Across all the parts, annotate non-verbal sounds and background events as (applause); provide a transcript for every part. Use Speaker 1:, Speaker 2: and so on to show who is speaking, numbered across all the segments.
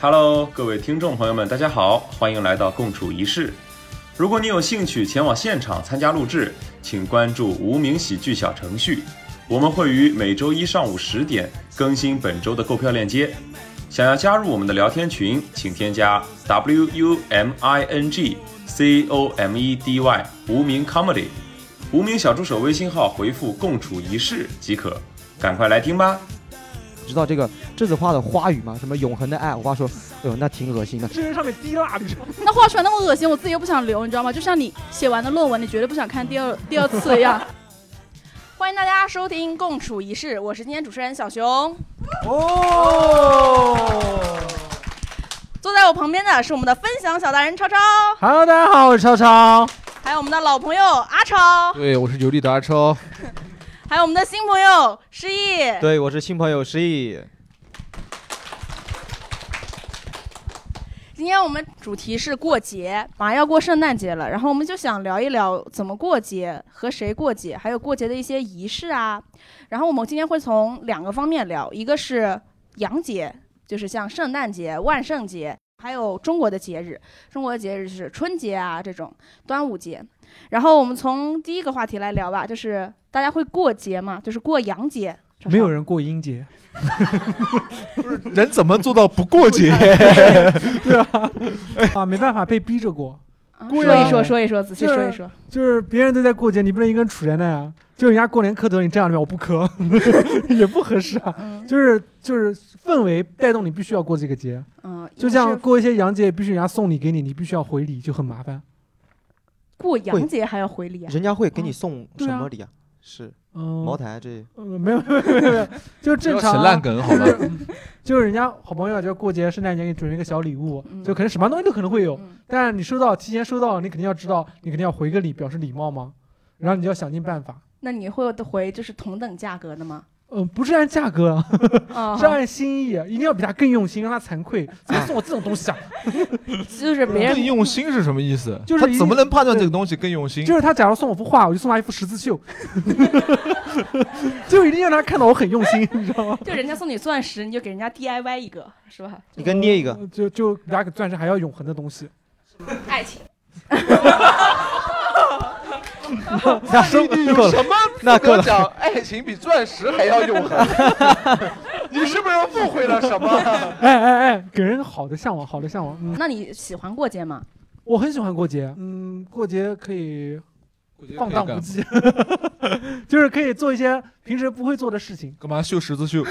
Speaker 1: Hello，各位听众朋友们，大家好，欢迎来到共处一室。如果你有兴趣前往现场参加录制，请关注无名喜剧小程序，我们会于每周一上午十点更新本周的购票链接。想要加入我们的聊天群，请添加 w u m i n g c o m e d y 无名 comedy，无名小助手微信号回复“共处一室”即可。赶快来听吧！
Speaker 2: 知道这个栀子花的花语吗？什么永恒的爱？我爸说，哎呦，那挺恶心的。
Speaker 3: 这人上面滴蜡，你知道吗？
Speaker 4: 那画出来那么恶心，我自己又不想留，你知道吗？就像你写完的论文，你绝对不想看第二第二次一样。
Speaker 5: (laughs) 欢迎大家收听《共处一室》，我是今天主持人小熊。
Speaker 3: 哦，
Speaker 5: 坐在我旁边的是我们的分享小达人超超，
Speaker 3: Hello，大家好，我是超 (laughs) 超。
Speaker 5: 还有我们的老朋友阿超，
Speaker 6: 对，我是尤利达超。
Speaker 5: 还有我们的新朋友失忆。
Speaker 6: 对，我是新朋友失忆。
Speaker 5: 今天我们主题是过节，马上要过圣诞节了，然后我们就想聊一聊怎么过节，和谁过节，还有过节的一些仪式啊。然后我们今天会从两个方面聊，一个是洋节，就是像圣诞节、万圣节，还有中国的节日。中国的节日是春节啊这种，端午节。然后我们从第一个话题来聊吧，就是大家会过节吗？就是过洋节。
Speaker 3: 没有人过音节，
Speaker 6: 人怎么做到不过节？
Speaker 3: (laughs) 对啊，
Speaker 2: 哎
Speaker 3: 啊，没办法，被逼着过。
Speaker 5: 啊
Speaker 3: 过
Speaker 5: 说
Speaker 3: 呀
Speaker 5: 一说，说一说，仔细说一说。
Speaker 3: 就是别人都在过节，你不能一个人杵在那啊。就是人家过年磕头，你站在那边我
Speaker 5: (laughs)
Speaker 3: 不磕，也不合适啊。
Speaker 5: 嗯
Speaker 3: 就是就是氛围带动你必须要过这个节，
Speaker 5: 嗯，
Speaker 3: 就
Speaker 5: 也
Speaker 3: 像
Speaker 5: 是
Speaker 3: 过一些洋节，必须人家送礼给你，你必须要回礼，就很麻烦。
Speaker 5: 过洋节还要回礼啊。
Speaker 2: 人家会给你送
Speaker 3: 对
Speaker 2: 什
Speaker 3: 啊
Speaker 2: 么礼啊？是
Speaker 3: 嗯，
Speaker 2: 茅台这
Speaker 3: 呃没有没有没有没有，就是正常啊、
Speaker 6: 梗好
Speaker 3: 就？是 (laughs) 就是人家好朋友就过节圣诞节给你准备一个小礼物，
Speaker 5: 嗯
Speaker 3: 就可能什么东西都可能会有，
Speaker 5: 嗯
Speaker 3: 但是你收到提前收到，你肯定要知道，你肯定要回个礼表示礼貌嘛，然后你就要想尽办法，
Speaker 5: 那你会回就是同等价格的吗？
Speaker 3: 嗯、不是按价格啊，
Speaker 5: 啊
Speaker 3: (laughs) 是按心意，一定要比他更用心，让他惭愧，怎么送我这种东西啊？
Speaker 5: (laughs) 就是别
Speaker 6: 更
Speaker 5: 人
Speaker 6: 用心是什么意思？
Speaker 3: 就是
Speaker 6: 他怎么能判断这个东西更用心？
Speaker 3: 就是他假如送我幅画，我就送他一幅十字绣， (laughs) 就一定让他看到我很用心，你知道 (laughs) 吗？
Speaker 5: 就人家送你钻石，你就给人家 DIY 一个，是吧？
Speaker 2: 你跟捏一个，
Speaker 3: 呃就就比他钻石还要永恒的东西，
Speaker 5: 爱情，
Speaker 2: 那够了，
Speaker 6: 么
Speaker 2: 那够了。
Speaker 6: 讲 (laughs) 爱情比钻石还要永恒？
Speaker 3: (laughs)
Speaker 6: 你是不是误会了什 (laughs) 么？
Speaker 3: 哎哎哎，给人好的向往，好的向往，嗯。
Speaker 5: 那你喜欢过节吗？
Speaker 3: 我很喜欢过节，嗯，过节可以放荡不羁， (laughs) 就是可以做一些平时不会做的事情。 (laughs)
Speaker 6: 干嘛绣十字绣？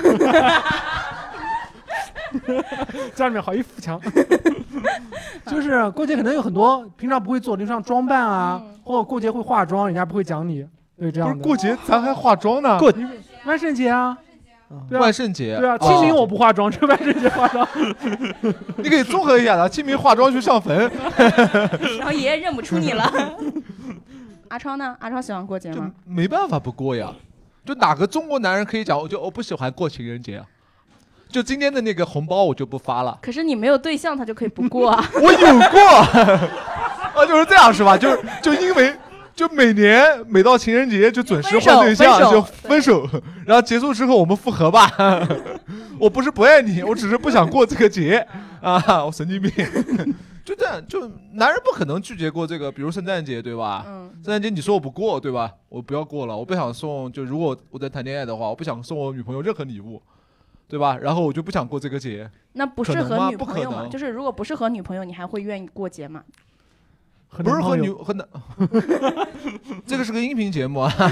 Speaker 3: 家里面好一富
Speaker 6: (laughs)
Speaker 3: 强，就是过节可能有很多平常不会做，就像装扮啊，
Speaker 5: 嗯
Speaker 3: 或者过节会化妆，人家不会讲你，对这
Speaker 6: 不是
Speaker 3: 样的。
Speaker 6: 过节咱还化妆呢？
Speaker 2: 过
Speaker 3: 万圣节啊，对啊
Speaker 6: 万圣节，
Speaker 3: 对啊，
Speaker 6: 哦
Speaker 3: 清明我不化妆，这万圣节化妆。
Speaker 6: (laughs) 你可以综合一下的，清明化妆去上坟，
Speaker 5: 然后爷爷认不出
Speaker 6: (laughs)
Speaker 5: 你了。阿超呢？阿超喜欢过节
Speaker 6: 就
Speaker 5: 吗？
Speaker 6: 没办法不过呀。就哪个中国男人可以讲，我就我哦不喜欢过情人节啊？就今天的那个红包我就不发了。
Speaker 5: 可是你没有对象，他就可以不过
Speaker 6: (laughs)
Speaker 5: 啊。 (laughs)
Speaker 6: 我有过， (laughs) 啊，就是这样是吧？就是就因为就每年每到情人节就准时换对象，
Speaker 5: 分手
Speaker 6: 就分手， (laughs) 然后结束之后我们复合吧。 (laughs) 我不是不爱你，我只是不想过这个节啊！我神经病， (laughs) 就这样，就男人不可能拒绝过这个，比如圣诞节对吧？
Speaker 5: 嗯，
Speaker 6: 圣诞节你说我不过对吧？我不要过了，我不想送。就如果我在谈恋爱的话，我不想送我女朋友任何礼物，对吧？然后我就不想过这个节。
Speaker 5: 那不适
Speaker 6: 可能
Speaker 5: 合
Speaker 6: 吗
Speaker 5: 女朋友
Speaker 6: 不可
Speaker 5: 吗？
Speaker 6: 能
Speaker 5: 就是如果不适合女朋友，你还会愿意过节吗？
Speaker 6: 不是和
Speaker 3: 很
Speaker 6: 女和男， (laughs) 这个是个音频节目啊，
Speaker 3: (laughs)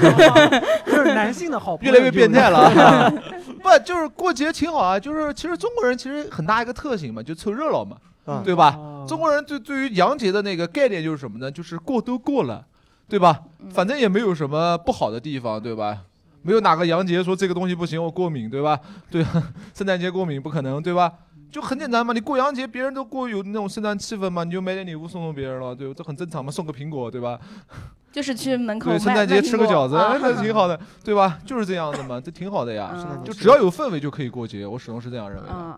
Speaker 3: 就是男性的好朋
Speaker 6: 越
Speaker 3: 友
Speaker 6: 来越变态
Speaker 3: 了。
Speaker 6: 了啊。 (laughs) 不，就是过节挺好啊，就是其实中国人其实很大一个特性嘛，就凑热闹嘛，
Speaker 2: 啊
Speaker 6: 对吧？
Speaker 3: 啊
Speaker 6: 中国人对对于洋节的那个概念就是什么呢？就是过都过了，对吧？
Speaker 5: 嗯
Speaker 6: 反正也没有什么不好的地方，对吧？没有哪个洋节说这个东西不行，我过敏，对吧？对，啊圣诞节过敏不可能，对吧？就很简单嘛，你过洋节，别人都过有那种圣诞气氛嘛，你就买点礼物送送别人了，对吧，这很正常嘛，送个苹果，对吧？
Speaker 5: 就是去门口
Speaker 6: 对，圣
Speaker 5: 卖
Speaker 6: 诞节吃个饺子，哎， (laughs) 那挺。
Speaker 5: 卖苹果啊
Speaker 6: 好的，对吧？就是这样的嘛，这挺好的呀。
Speaker 5: 嗯
Speaker 6: 就只要有氛围就可以过节，我始终是这样认为的。
Speaker 5: 嗯，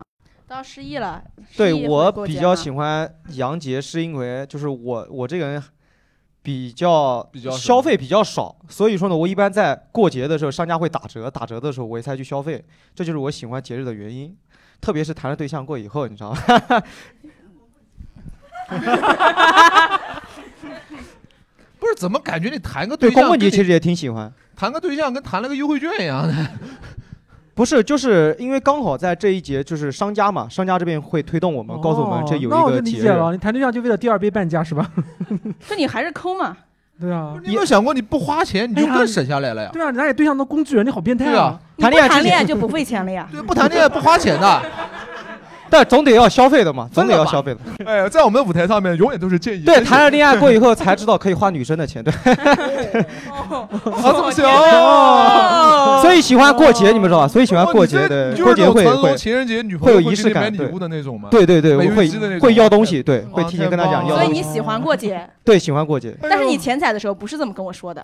Speaker 5: 到失忆了。
Speaker 2: 对
Speaker 5: 失忆会
Speaker 2: 我
Speaker 5: 过
Speaker 2: 比
Speaker 5: 节
Speaker 2: 较
Speaker 5: 吗
Speaker 2: 喜欢洋节，是因为就是我我这个人比较
Speaker 6: 比较什么
Speaker 2: 消费比较少，所以说呢，我一般在过节的时候，商家会打折，打折的时候我也才去消费，这就是我喜欢节日的原因。特别是谈了对象过以后，你知道吗？
Speaker 6: (laughs) 嗯不是怎么感觉你谈个
Speaker 2: 对，
Speaker 6: 象，
Speaker 2: 光棍节其实也挺喜欢。
Speaker 6: (laughs) 谈个对象跟谈了个优惠券一样的。
Speaker 2: (laughs) 不是，就是因为刚好在这一节，就是商家嘛，商家这边会推动我们，
Speaker 6: 哦
Speaker 2: 告诉我们这有
Speaker 3: 哦那
Speaker 2: 一
Speaker 3: 我就
Speaker 2: 个
Speaker 3: 理
Speaker 2: 节
Speaker 3: 解
Speaker 2: 日。
Speaker 3: 了，你谈对象就为了第二杯半价是吧？
Speaker 4: 那你还是抠嘛？
Speaker 3: 对啊，哎
Speaker 6: 你有没有想过你不花钱你就更省下来了呀？
Speaker 3: 对啊，你拿你对象当工具人，你好变态
Speaker 6: 对啊！
Speaker 4: 你
Speaker 2: 谈
Speaker 4: 不
Speaker 2: 恋爱之前
Speaker 4: 谈恋爱就不费钱了呀？
Speaker 6: (laughs) 对，不谈恋爱不花
Speaker 3: (laughs)
Speaker 6: 钱的。
Speaker 2: 但总得要消费的嘛，总得要消费的。
Speaker 6: 哎，在我们舞台上面永远都是建议。
Speaker 2: 对，谈了恋爱过以后才知道可以花女生的钱，
Speaker 6: (laughs)
Speaker 2: 对。
Speaker 6: 啊，这么想哦。
Speaker 2: 所以喜欢过节，你们知道吧？所以喜欢过节，
Speaker 6: 哦
Speaker 2: 对
Speaker 6: 你，这
Speaker 2: 过节
Speaker 6: 就是
Speaker 2: 会
Speaker 6: 那种传
Speaker 2: 会
Speaker 6: 统，情人节女朋
Speaker 2: 会
Speaker 6: 友
Speaker 2: 有
Speaker 6: 会
Speaker 2: 仪
Speaker 6: 给
Speaker 2: 式
Speaker 6: 你买
Speaker 2: 感
Speaker 6: 礼
Speaker 2: 对
Speaker 6: 物的那种吗？
Speaker 2: 对对对，
Speaker 6: 美
Speaker 2: 我
Speaker 6: 人
Speaker 2: 会
Speaker 6: 鱼之类的
Speaker 2: 会要东西，对，(laughs)
Speaker 6: 哦
Speaker 2: 会提前跟他讲
Speaker 6: 太棒
Speaker 2: 要
Speaker 4: 所以
Speaker 2: 东
Speaker 4: 你
Speaker 2: 西，
Speaker 4: 喜欢过节，
Speaker 2: 对，喜欢过节。
Speaker 6: 哎呦
Speaker 4: 但是你钱财的时候不是这么跟我说的。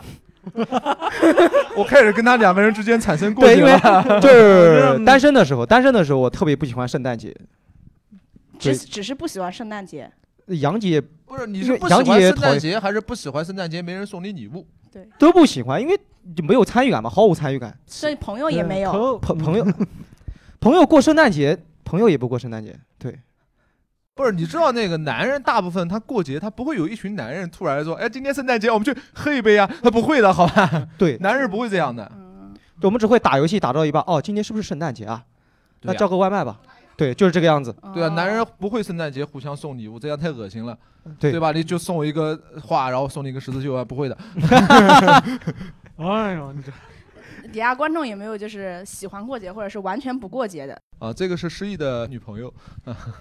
Speaker 6: 我开始跟他两个人之间产生过
Speaker 2: 对，
Speaker 6: 节
Speaker 2: 因为
Speaker 6: 了。 (laughs) 嗯
Speaker 2: 就是单身的时候，单身的时候我特别不喜欢圣诞节，对
Speaker 4: 只只是不喜欢圣诞节，
Speaker 2: 杨姐
Speaker 6: 不是，你是不喜
Speaker 2: 杨
Speaker 6: 欢
Speaker 2: 姐
Speaker 6: 圣
Speaker 2: 讨
Speaker 6: 诞
Speaker 2: 厌
Speaker 6: 节，还是不喜欢圣诞节没人送你礼物？
Speaker 2: 都不喜欢，因为就没有参与感嘛，毫无参与感。
Speaker 4: 所以朋友也没有。
Speaker 3: 有
Speaker 2: 朋朋友朋友过圣诞节，朋友也不过圣诞节，对，
Speaker 6: 不是，你知道那个男人大部分他过节，他不会有一群男人突然说，哎，今天圣诞节我们去喝一杯啊，他不会的，好吧？
Speaker 2: 对
Speaker 6: 男人不会这样的。
Speaker 4: 嗯，
Speaker 2: 我们只会打游戏打到一半，哦，今天是不是圣诞节啊？
Speaker 6: 对
Speaker 2: 那
Speaker 6: 呀
Speaker 2: 叫个外卖吧。对，就是这个样子。
Speaker 6: 对啊，
Speaker 4: 哦
Speaker 6: 男人不会圣诞节互相送礼物，这样太恶心了，
Speaker 2: 嗯对
Speaker 6: 对吧？你就送我一个花，然后送你一个十字绣啊，不
Speaker 2: (laughs)
Speaker 6: 会的。
Speaker 3: 哎呦，你这
Speaker 4: 底下观众有没有就是喜欢过节或者是完全不过节的？
Speaker 6: 啊，这个是失忆的女朋友，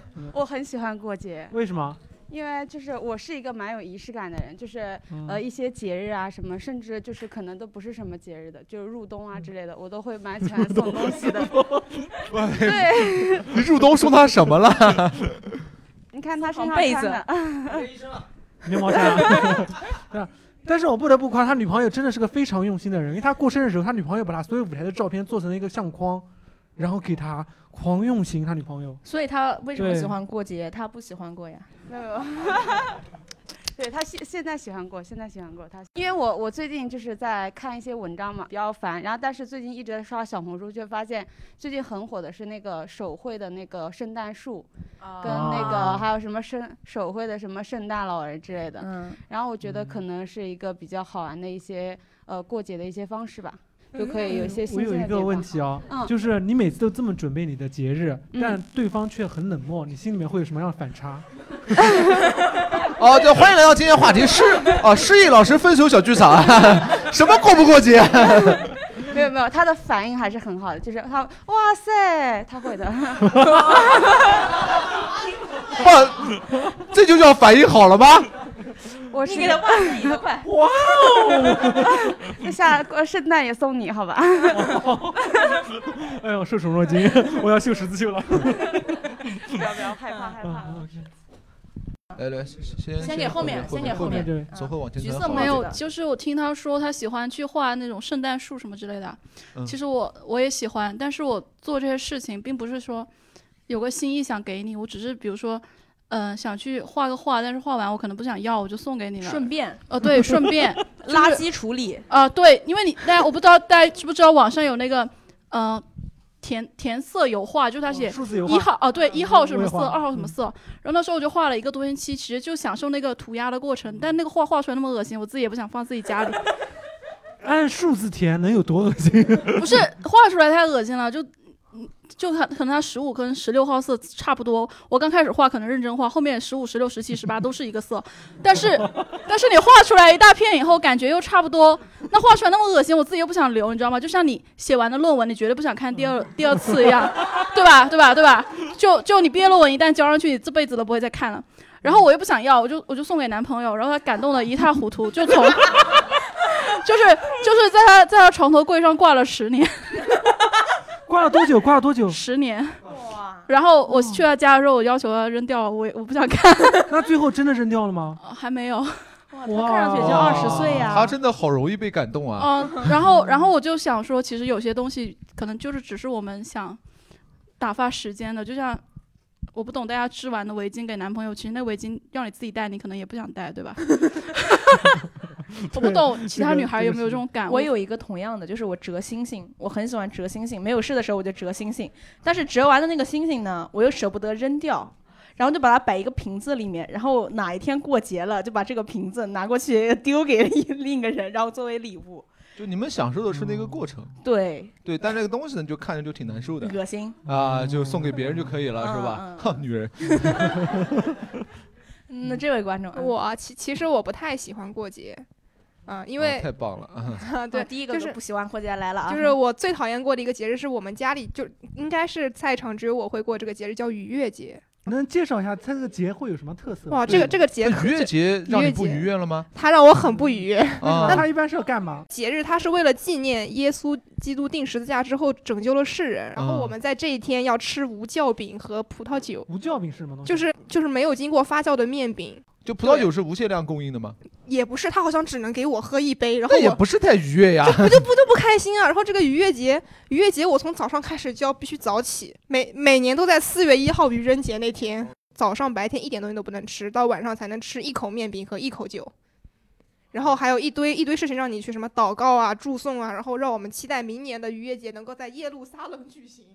Speaker 6: (laughs)
Speaker 7: 我很喜欢过节，
Speaker 3: 为什么？
Speaker 7: 因为就是我是一个蛮有仪式感的人，就是
Speaker 3: 嗯
Speaker 7: 呃一些节日啊什么，甚至就是可能都不是什么节日的，就是入冬啊之类的，我都会蛮喜欢送东西的。对， (laughs)
Speaker 6: 你 (laughs) 入冬送她什
Speaker 3: (laughs)
Speaker 6: 么了？ (laughs)
Speaker 7: 你看他身上
Speaker 4: 放被
Speaker 7: 穿
Speaker 4: 子
Speaker 7: 的， (laughs)
Speaker 3: 棉毛衫啊。 (laughs) 对啊但是我不得不夸他女朋友真的是个非常用心的人，因为他过生日的时候，他女朋友把他所有舞台的照片做成了一个相框，然后给他狂用心。他女朋友，
Speaker 4: 所以他为什么
Speaker 3: 对
Speaker 4: 喜欢过节？他不喜欢过呀。
Speaker 7: 没有。对他现现在喜欢过，现在喜欢过他，因为我我最近就是在看一些文章嘛，比较烦。然后但是最近一直在刷小红书，却发现最近很火的是那个手绘的那个圣诞树，跟那个
Speaker 3: 啊
Speaker 7: 还有什么圣手绘的什么圣诞老人之类的。
Speaker 4: 嗯，
Speaker 7: 然后我觉得可能是一个比较好玩的一些呃过节的一些方式吧，就可以有一些新
Speaker 3: 嗯
Speaker 7: 鲜
Speaker 3: 我
Speaker 7: 的
Speaker 3: 有一
Speaker 7: 地
Speaker 3: 个
Speaker 7: 方
Speaker 3: 问，题啊，
Speaker 7: 嗯
Speaker 3: 就是你每次都这么准备你的节日，
Speaker 7: 嗯
Speaker 3: 但对方却很冷漠，你心里面会有什么样的反差？ (laughs)
Speaker 6: 哦，对，欢迎来到今天话题失哦，失忆老师分手小剧场，啊 (laughs) 什么过不过节？啊
Speaker 7: 没有没有，他的反应还是很好的，就是他哇塞，他会的， (laughs)
Speaker 6: 不， (laughs) 这就叫反应好了吗？
Speaker 7: 我是
Speaker 4: 你给他换一个快。
Speaker 7: 那下过圣诞也送你好吧？
Speaker 3: 哎呦，受宠若惊， (laughs) 我要绣十字绣了。 (laughs)
Speaker 7: (laughs) 不要不要害怕害怕。
Speaker 3: 啊
Speaker 6: 来来，先
Speaker 4: 先给后面，先给
Speaker 3: 后
Speaker 4: 后
Speaker 3: 面
Speaker 4: 面。
Speaker 3: 对，
Speaker 6: 从后往前
Speaker 4: 橘
Speaker 6: 传
Speaker 4: 色
Speaker 6: 好
Speaker 4: 嗯没
Speaker 6: 了
Speaker 4: 有，就是我听他说他喜欢去画那种圣诞树什么之类的。
Speaker 6: 嗯
Speaker 4: 其实我我也喜欢，但是我做这些事情并不是说有个心意想给你，我只是比如说，嗯、想去画个画，但是画完我可能不想要，我就送给你了。
Speaker 5: 顺便
Speaker 4: 呃，对，顺便 (laughs) 就是
Speaker 5: 垃圾处理，
Speaker 4: 啊、对，因为你大家我不知道大家知不知道网上有那个，嗯、填填色油画，就是他写
Speaker 3: 数字油
Speaker 4: 一
Speaker 3: 画，
Speaker 4: 号哦，对，一号什么色，
Speaker 3: 我也画
Speaker 4: 二号什么色。然后那时候我就画了一个多星期，其实就享受那个涂鸦的过程，但那个画画出来那么恶心，我自己也不想放自己家里。
Speaker 3: 按数字填能有多恶心？
Speaker 4: 不是画出来太恶心了，就嗯就它可能它十五跟十六号色差不多。我刚开始画可能认真画，后面十五、十六、十七、十八都是一个色，但是但是你画出来一大片以后，感觉又差不多。那画出来那么恶心，我自己又不想留，你知道吗？就像你写完的论文，你绝对不想看第二第二次一样， (laughs) 对吧？对吧？对吧？就就你毕业论文一旦交上去，你这辈子都不会再看了。然后我又不想要，我就我就送给男朋友，然后他感动的一塌糊涂，就从 (laughs) 就是就是在他在他床头柜上挂了十年。？
Speaker 3: 挂了多久？挂了多久
Speaker 4: 十年。然后我去他家的时候，我要求他扔掉，我也我不想看，
Speaker 3: (laughs) 那最后真的扔掉了吗？
Speaker 4: 呃 (laughs) 还没有。
Speaker 3: 哇，
Speaker 4: 看上去也就
Speaker 5: 哦
Speaker 6: 哇
Speaker 4: 20岁呀
Speaker 6: 他真的好容易被感动啊！
Speaker 4: 嗯，然后然后我就想说，其实有些东西可能就是只是我们想打发时间的，就像我不懂大
Speaker 3: (laughs)
Speaker 4: 家织完的围巾给男朋友，其实那围巾让你自己戴，你可能也不想戴，对吧？我不
Speaker 8: (laughs)
Speaker 4: 懂其他女孩有没有这种感悟。
Speaker 5: 我有一个同样的，就是我折星星，我很喜欢折星星，没有事的时候我就折星星，但是折完的那个星星呢，我又舍不得扔掉。然后就把它摆一个瓶子里面，然后哪一天过节了，就把这个瓶子拿过去 (laughs) 丢给另另一个人，然后作为礼物。嗯
Speaker 6: 就你们享受的是那个过程，
Speaker 5: 对，
Speaker 6: 对，但这个东西呢，就看着就挺难受的，
Speaker 5: 恶心
Speaker 6: 啊，就送给别人就可以了，是吧？哼， (laughs) 女人，
Speaker 5: 那这位观众，
Speaker 8: 我啊其其实我不太喜欢过节，啊、因为、 (laughs)
Speaker 6: 太棒了，啊
Speaker 9: (laughs)
Speaker 8: 对、
Speaker 5: 哦第一个
Speaker 8: 就是
Speaker 5: 不喜欢过节来了啊，
Speaker 8: 就是我最讨厌过的一个节日，是我们家里就应该是菜场只有我会过这个节日，叫逾越节。
Speaker 3: 能介绍一下它这个节会有什么特色吗？
Speaker 8: 哇，这个这个节可
Speaker 6: 愉悦
Speaker 8: 这
Speaker 6: 节让你不
Speaker 8: 愉悦节
Speaker 6: 愉悦了吗？
Speaker 8: 它让我很不愉 (laughs) 悦。
Speaker 6: 啊，
Speaker 3: 它一般是要干嘛？
Speaker 8: 节日它是为了纪念耶稣基督定十字架之后拯救了世人，然后
Speaker 6: 啊
Speaker 8: 我们在这一天要吃无酵饼和葡萄酒，
Speaker 3: 无酵饼是什么东西？
Speaker 8: 就是就是没有经过发酵的面饼，
Speaker 6: 就葡萄酒是无限量供应的吗？
Speaker 8: 也不是，他好像只能给我喝一杯，然后
Speaker 6: 那也
Speaker 8: 我
Speaker 6: 不是太愉悦呀，
Speaker 8: 我就不就不开心啊。然后这个逾越节，逾越节我从早上开始就要必须早起，每每年都在四月一号愚人节那天早上白天一点东西都不能吃，到晚上才能吃一口面饼和一口酒。然后还有一堆一堆事情让你去什么祷告啊、祝颂啊，然后让我们期待明年的逾越节能够在耶路撒冷举行。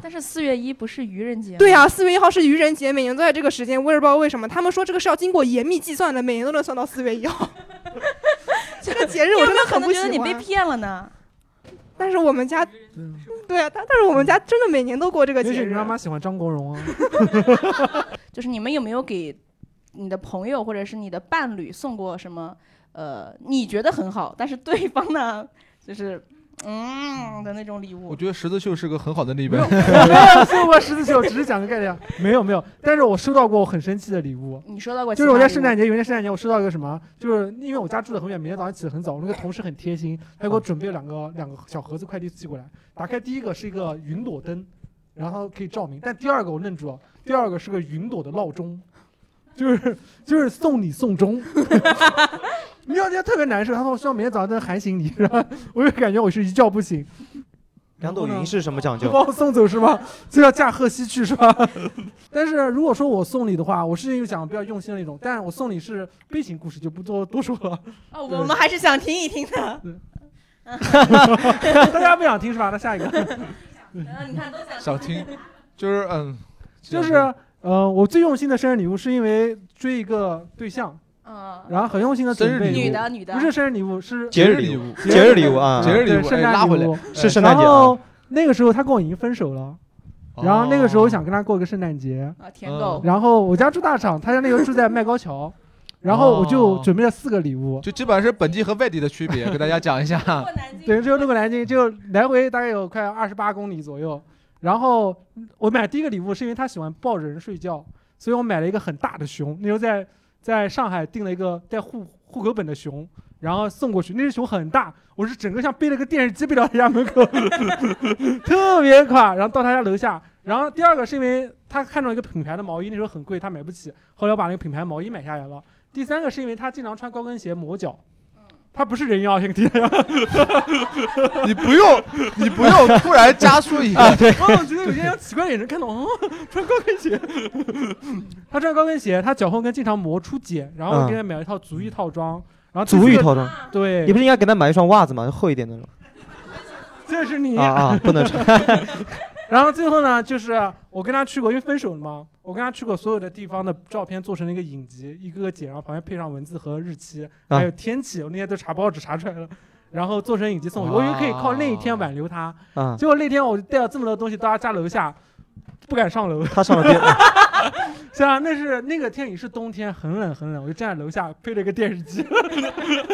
Speaker 5: 但是四月一不是愚人节吗？
Speaker 8: 对呀、啊，四
Speaker 5: (laughs)
Speaker 8: 月一号是愚人节，每年都在这个时间，我也不知道为什么。他们说这个是要经过严密计算的，每年都能算到四月一号。 (laughs) 这个节日我
Speaker 5: 你有
Speaker 8: 真
Speaker 5: 没
Speaker 8: 的
Speaker 5: 有可
Speaker 8: 很
Speaker 5: 能
Speaker 8: 不
Speaker 5: 觉得
Speaker 8: 喜
Speaker 5: 你被
Speaker 8: 欢。
Speaker 5: 骗了呢？
Speaker 8: 但是我们家，
Speaker 3: 嗯
Speaker 8: 对啊，但但是我们家真的每年都过这个
Speaker 3: 也
Speaker 8: 节
Speaker 3: 许你
Speaker 8: 日。
Speaker 3: 妈妈喜欢张国荣啊，
Speaker 5: 就是你们有没有给你的朋友或者是你的伴侣送过什么？呃，你觉得很好，但是对方呢，就是嗯的那种礼
Speaker 6: 我
Speaker 5: 物。
Speaker 6: 觉得十字绣是个很好的例本， (laughs)
Speaker 3: 没有送过十字绣，只是讲个概念，没有没有。但是我收到过我很生气的礼物，
Speaker 5: 你收到过？
Speaker 3: 就是我在圣诞，节，有一年圣诞节我收到一个什么，就是因为我家住的很远，每天早上起得很早，我那个同事很贴心，他给我准备了两个两个小盒子快递寄过来。打开第一个是一个云朵灯，然后可以照明，但第二个我愣住了，第二个是个云朵的闹钟，就是就是送你送钟。 (laughs) 你知道人家特别难受，他说希望每天早上都能喊醒你，然后我就感觉我是一觉不醒，
Speaker 2: 两朵云是什么讲
Speaker 3: 就
Speaker 6: (laughs)
Speaker 2: 究？
Speaker 3: 把我送走是吗？就要驾鹤西去是吧？ (laughs) 但是如果说我送礼的话，我是想比较用心的那种，但是我送礼是悲情故事，就不多多说了，
Speaker 5: 哦，我们还是想听一听的。
Speaker 3: (laughs) 大家不想听是吧？那下
Speaker 5: (laughs)
Speaker 3: 一个
Speaker 5: 嗯你看都想
Speaker 6: 想听，就是嗯，
Speaker 3: 就是。呃，我最用心的生日礼物是因为追一个对象，
Speaker 5: 嗯，
Speaker 3: 然后很用心的准备
Speaker 6: 生日礼物
Speaker 5: 女的女的
Speaker 3: 不，是生日礼物，是
Speaker 2: 节日
Speaker 6: 礼
Speaker 2: 礼
Speaker 6: 物，
Speaker 2: 节日礼物啊，
Speaker 6: 节日礼
Speaker 3: 对
Speaker 6: 物，
Speaker 3: 圣
Speaker 6: 哎，
Speaker 3: 诞
Speaker 6: 拉回
Speaker 3: 礼物
Speaker 6: 来，
Speaker 2: 是圣诞
Speaker 3: 然
Speaker 2: 节啊
Speaker 3: 后。那个时候他跟我已经分手了，
Speaker 6: 哦
Speaker 3: 然后那个时候我想跟他过个圣诞节，
Speaker 5: 啊，舔狗。
Speaker 3: 然后我家住大厂，他家那个住在麦
Speaker 2: (laughs)
Speaker 3: 高桥，然后我
Speaker 2: 哦
Speaker 3: 就准备了四个礼物，
Speaker 6: 就基本上是本地和外地的区别，给大家讲一下。啊
Speaker 3: 等于只有路过南京，就来回大概有快二十八公里左右。然后我买第一个礼物是因为他喜欢抱着人睡觉，所以我买了一个很大的熊。那时候在在上海订了一个带户户口本的熊，然后送过去。那只熊很大，我是整个像背了个电视机背到他家门口， (laughs) 特别垮。然后到他家楼下。然后第二个是因为他看中一个品牌的毛衣，那时候很贵，他买不起，后来我把那个品牌毛衣买下来了。第三个是因为他经常穿高跟鞋磨脚，他不是人妖，先跟大家
Speaker 6: (laughs) 你不用，你不用突然加速
Speaker 3: (laughs)
Speaker 6: 一个，
Speaker 3: 哦我
Speaker 6: (laughs)
Speaker 3: 总觉得有些人奇怪的眼神看到我，哦 (laughs) 穿高跟鞋。他穿高跟鞋，他脚后跟经常磨出茧，然后我
Speaker 6: 嗯
Speaker 3: 给他买了一套足浴套装，然后
Speaker 2: 足浴
Speaker 3: 这个
Speaker 2: 套装，
Speaker 3: 对
Speaker 2: 你，不是应该给他买一双袜子吗？厚一点的那种
Speaker 3: 这是你。
Speaker 2: 啊
Speaker 3: (laughs)
Speaker 2: 啊，不能穿。
Speaker 3: 然后最后呢，就是我跟他去过，因为分手了嘛，我跟他去过所有的地方的照片做成了一个影集，一个个剪，然后旁边配上文字和日期，
Speaker 2: 啊
Speaker 3: 还有天气，我那天都查报纸查出来了。然后做成影集送我，我以为可以靠那一天挽留他。
Speaker 2: 啊，
Speaker 3: 结果那天我带了这么多东西到他家楼下，不敢上楼，
Speaker 2: 他上了电，
Speaker 3: (laughs) 是啊，那是那个天也是冬天，很冷很冷，我就站在楼下配了一个电视机， (laughs)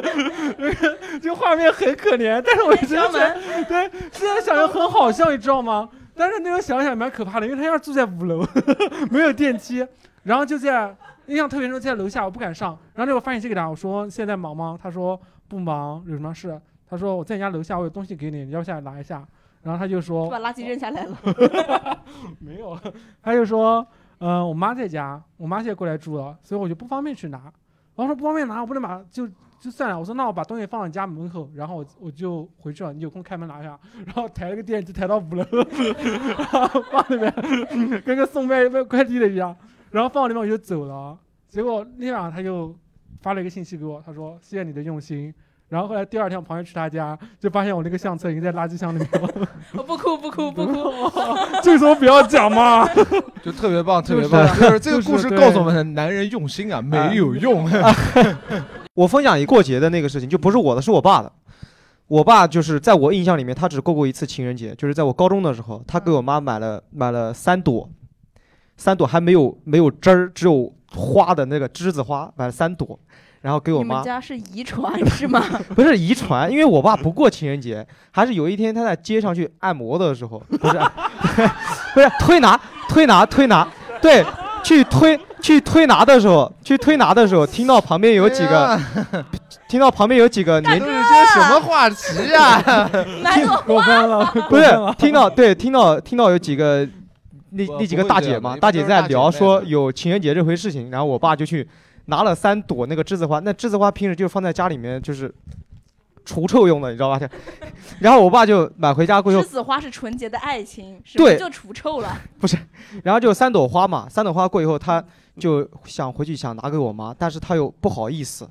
Speaker 3: 这个画面很可怜，但是我真的觉得 (laughs) 对，现在想想很好笑，你知道吗？但是那时候想想也蛮可怕的，因为他要是住在五楼， (laughs) 没有电梯，然后就在印象特别深，在楼下我不敢上，然后那我发信息给他，我说现在忙吗？他说不忙，有什么事？他说我在你家楼下，我有东西给你，你要不下来拿一下？然后他就说
Speaker 5: 就把垃圾扔下
Speaker 3: (laughs)
Speaker 5: 来了。
Speaker 3: 没有， (laughs) 他就说，呃，我妈在家，我妈现在过来住了，所以我就不方便去拿。然后说不方便拿，我不能把就就算了。我说那我把东西放在你家门口，然后我我就回去了，你有空开门拿一下。然后抬了个电梯抬到五楼， (laughs) 然后放那边，跟个送外卖快递的一样。然后放那边我就走了。结果那晚上他就发了一个信息给我，他说谢谢你的用心。然后后来第二天我朋友去他家，就发现我那个相册已经在垃圾箱里面了。 (laughs)
Speaker 4: 我不哭不哭不哭，
Speaker 3: 这个时候不要讲嘛，
Speaker 6: (laughs) 就特别棒，特别
Speaker 3: 就是
Speaker 6: 棒。就是这个故事
Speaker 3: 就是对
Speaker 6: 告诉我们，男人用心啊没有用。 (laughs)
Speaker 2: 我分享一过节的那个事情，就不是我的，是我爸的。我爸就是在我印象里面，他只过过一次情人节，就是在我高中的时候，他给我妈买了买了三朵，三朵还没有没有枝儿，只有花的那个栀子花，买了三朵，然后给我
Speaker 5: 你
Speaker 2: 妈
Speaker 5: 们。家是遗传是
Speaker 3: (laughs)
Speaker 5: 吗？
Speaker 2: (laughs) 不是遗传，因为我爸不过情人节，还是有一天他在街上去按摩的时候，不是， (laughs) 不是推拿推拿推拿，对，去推去推拿的时候，去推拿的时候，听到旁边有几个，听到旁边有几个年
Speaker 6: 都哎是些什么话题啊？
Speaker 5: 来我
Speaker 3: 过分 (laughs) 了，
Speaker 2: (laughs) 不是听到对听到听到有几个那
Speaker 6: 不
Speaker 2: 那几个
Speaker 6: 不会
Speaker 2: 大
Speaker 6: 这
Speaker 2: 姐
Speaker 6: 样的
Speaker 2: 嘛，
Speaker 6: 一般
Speaker 2: 大
Speaker 6: 都
Speaker 2: 姐
Speaker 6: 是
Speaker 2: 在
Speaker 6: 大姐
Speaker 2: 聊
Speaker 6: 妹
Speaker 2: 说
Speaker 6: 嘛
Speaker 2: 有情人节这回事情，然后我爸就去拿了三朵那个栀子花，那栀子花平时就放在家里面就是除臭用的，你知道吧？就 (laughs) 然后我爸就买回家过后
Speaker 5: 栀，子花是纯洁的爱情，是
Speaker 2: 对
Speaker 5: 不就除臭了？
Speaker 2: (laughs) 然后就三朵花嘛，三朵花过以后，他就想回去想拿给我妈，但是他又不好意思，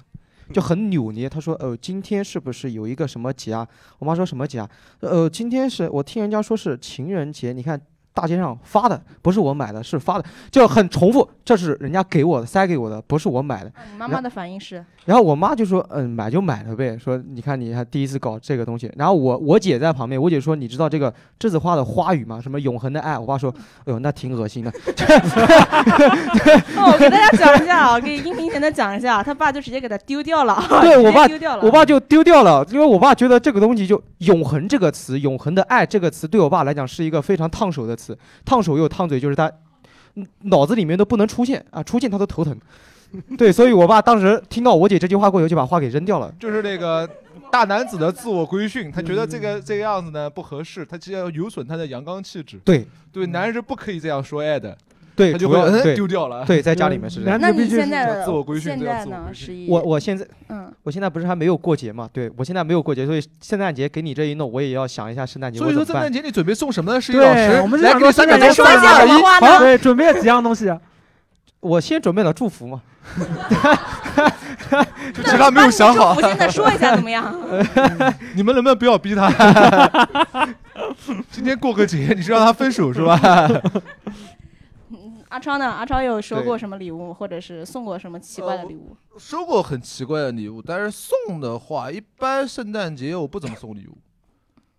Speaker 2: 就很扭捏。他说：“呃，今天是不是有一个什么节啊？”我妈说什么节啊？呃，今天是我听人家说是情人节，你看大街上发的，不是我买的，是发的，就很重复。这是人家给我的，塞给我的，不是我买的。
Speaker 5: 你嗯妈妈的反应是，
Speaker 2: 然后我妈就说：“嗯，买就买了呗。”说你看你还第一次搞这个东西。然后我我姐在旁边，我姐说：“你知道这个栀子花的花语吗？什么永恒的爱？”我爸说：“哎呦，那挺恶
Speaker 5: (laughs)
Speaker 2: 心的。”
Speaker 5: 哦，我给大家讲一下啊，给音频前的讲一下，啊他爸就直接给他丢掉了，
Speaker 2: 对我
Speaker 5: 啊 (laughs) 直接丢
Speaker 2: 爸
Speaker 5: 掉了，
Speaker 2: 我爸就丢掉了，因为我爸觉得这个东西就“永恒”这个词，“永恒的爱”这个词对我爸来讲是一个非常烫手的词，烫手又烫嘴，就是他嗯脑子里面都不能出现啊，出现他都头疼。 (laughs) 对，所以我爸当时听到我姐这句话过后，就把花给扔掉了。
Speaker 6: 就是那个大男子的自我规训，他觉得这个这个样子呢不合适，他其实要有损他的阳刚气质。
Speaker 2: 对
Speaker 6: 对，男人是不可以这样说爱的，
Speaker 2: 对，
Speaker 6: 他就
Speaker 2: 主
Speaker 6: 会
Speaker 2: 要
Speaker 6: 嗯
Speaker 2: 对
Speaker 6: 丢掉了。嗯
Speaker 2: 对，在家里面是这样。
Speaker 3: 男
Speaker 5: 那
Speaker 3: 的必
Speaker 5: 你
Speaker 3: 须
Speaker 5: 现
Speaker 3: 是
Speaker 5: 在
Speaker 6: 自我规训
Speaker 5: 现
Speaker 6: 这叫
Speaker 5: 在
Speaker 6: 自我
Speaker 5: 呢？
Speaker 6: 规训
Speaker 5: 十一，
Speaker 2: 我我现在
Speaker 5: 嗯，
Speaker 2: 我现在不是还没有过节嘛？对我现在没有过节，所以圣诞节给你这一弄，我也要想一下圣诞节
Speaker 6: 所
Speaker 2: 我
Speaker 6: 以
Speaker 2: 怎
Speaker 6: 说
Speaker 2: 么
Speaker 6: 圣诞
Speaker 2: 办。
Speaker 6: 节你准备送什么呢？是一
Speaker 3: 对
Speaker 6: 老师
Speaker 3: 我们就
Speaker 6: 来
Speaker 3: 想
Speaker 6: 啊给你
Speaker 3: 说
Speaker 6: 三
Speaker 3: 圣
Speaker 6: 秒
Speaker 3: 诞
Speaker 6: 钟，
Speaker 3: 节
Speaker 6: 三
Speaker 3: 说一下
Speaker 5: 什
Speaker 6: 二
Speaker 5: 么话
Speaker 6: 一，
Speaker 3: 对，准备了几样东西，啊
Speaker 2: 我先准备了祝
Speaker 6: (laughs)
Speaker 2: 福嘛，
Speaker 6: 就其他没有想好
Speaker 5: 我。现在说一下怎么样？
Speaker 6: (laughs) 你们能不能不要逼他？ (laughs) 今天过个节，你是让他分手是吧？
Speaker 5: 嗯 (laughs) 阿超呢？阿超有收
Speaker 2: 对
Speaker 5: 过什么礼物，或者是送过什么奇怪的礼物？
Speaker 6: 收过很奇怪的礼物，但是送的话，一般圣诞节我不怎么送礼物。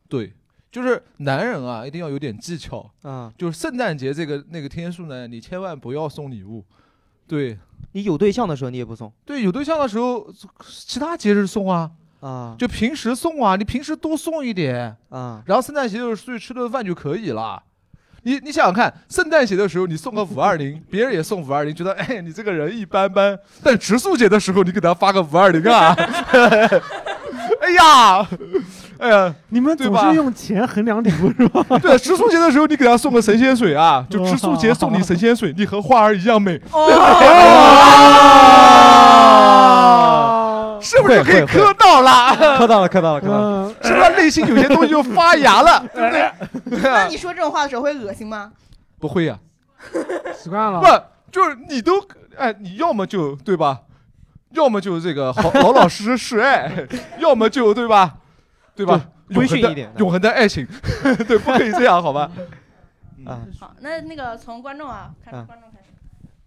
Speaker 6: 对，就是男人啊，一定要有点技巧。
Speaker 2: 啊，
Speaker 6: 就是圣诞节这个那个天数呢，你千万不要送礼物。对
Speaker 2: 你有对象的时候你也不送
Speaker 6: 对，有对象的时候，其他节日送啊，
Speaker 2: 啊
Speaker 6: 就平时送啊，你平时多送一点，
Speaker 2: 啊，
Speaker 6: 然后圣诞节就是出去吃顿饭就可以了。你你想想看，圣诞节的时候你送个五
Speaker 2: (laughs)
Speaker 6: 二零，别人也送五二零，觉得哎你这个人一般般。但植树节的时候你给他发个五二零
Speaker 2: (laughs)
Speaker 6: 啊，哎呀，哎呀，
Speaker 3: 你们
Speaker 6: 对
Speaker 3: 总
Speaker 6: 吧
Speaker 3: 是用钱衡量礼物是吧？
Speaker 6: 对，植树节的时候你给他送个神仙水啊，就植树节送你神仙水，你和花儿一样美。哎
Speaker 2: 哦，
Speaker 6: 是不是可以
Speaker 2: 会会会
Speaker 6: 磕到了？
Speaker 2: 磕到了，磕到了，磕到了。
Speaker 3: 嗯，
Speaker 6: 是不是内心有些东西就发
Speaker 5: (laughs)
Speaker 6: 芽了？对不对？
Speaker 5: 那你说这种话的时候会恶心吗？
Speaker 6: 不会呀、
Speaker 3: 习惯了。
Speaker 6: 不就是你都哎，你要么就对吧，要么就这个好老老实实示爱，要么就对吧，对吧？
Speaker 2: 就规
Speaker 6: 永
Speaker 2: 训
Speaker 6: 恒的
Speaker 2: 一点
Speaker 6: 永恒的爱情， (laughs) 对，不可以这样，好吧？
Speaker 2: 啊，
Speaker 5: 好，那那个从观众啊，开始
Speaker 2: 嗯
Speaker 5: 观众开始。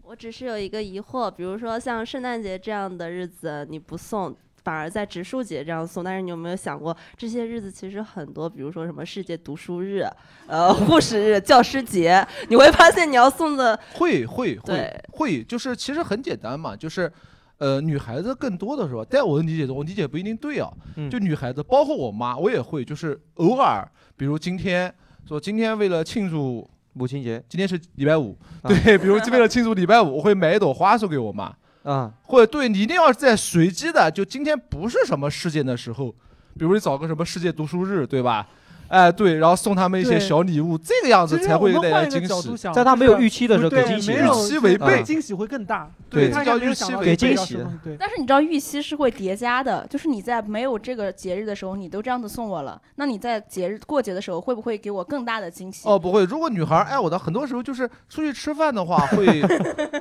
Speaker 10: 我只是有一个疑惑，比如说像圣诞节这样的日子你不送，反而在植树节这样送，但是你有没有想过，这些日子其实很多，比如说什么世界读书日、呃护士日、教师节，你会发现你要送的
Speaker 6: 会会会
Speaker 10: 对
Speaker 6: 会，就是其实很简单嘛，就是。呃，女孩子更多的是吧？在我的理解中，我理解不一定对啊。
Speaker 2: 嗯
Speaker 6: 就女孩子，包括我妈，我也会，就是偶尔，比如今天说今天为了庆祝
Speaker 2: 母亲节
Speaker 6: 今天是礼拜五，
Speaker 2: 啊
Speaker 6: 对，比如为了庆祝礼拜五，我会买一朵花送给我妈，
Speaker 2: 啊，
Speaker 6: 或者对你一定要在随机的，就今天不是什么事件的时候，比如你找个什么世界读书日，对吧？哎，对，然后送他们一些
Speaker 3: 对
Speaker 6: 小礼物，这个样子
Speaker 3: 其实
Speaker 6: 才会
Speaker 3: 我们
Speaker 6: 带
Speaker 3: 换
Speaker 6: 来
Speaker 3: 一个
Speaker 6: 惊
Speaker 3: 角
Speaker 6: 喜
Speaker 3: 度。想
Speaker 2: 在他
Speaker 3: 就
Speaker 2: 没有
Speaker 3: 是
Speaker 2: 预期的时候给
Speaker 3: 对
Speaker 2: 惊喜
Speaker 3: 没有
Speaker 6: 预期违背
Speaker 3: 对惊喜会更大。
Speaker 6: 对
Speaker 3: 他
Speaker 6: 这叫
Speaker 3: 应该没有
Speaker 6: 预期
Speaker 3: 想到
Speaker 6: 违
Speaker 3: 这
Speaker 2: 背
Speaker 3: 个
Speaker 2: 惊喜
Speaker 3: 什么嗯对，
Speaker 5: 但是你知道预期是会叠加的，就是你在没有这个节日的时候，你都这样子送我了，那你在节日过节的时候会不会给我更大的惊喜？
Speaker 6: 哦，不会。如果女孩爱我的，很多时候就是出去吃饭的话，
Speaker 5: (laughs)
Speaker 6: 会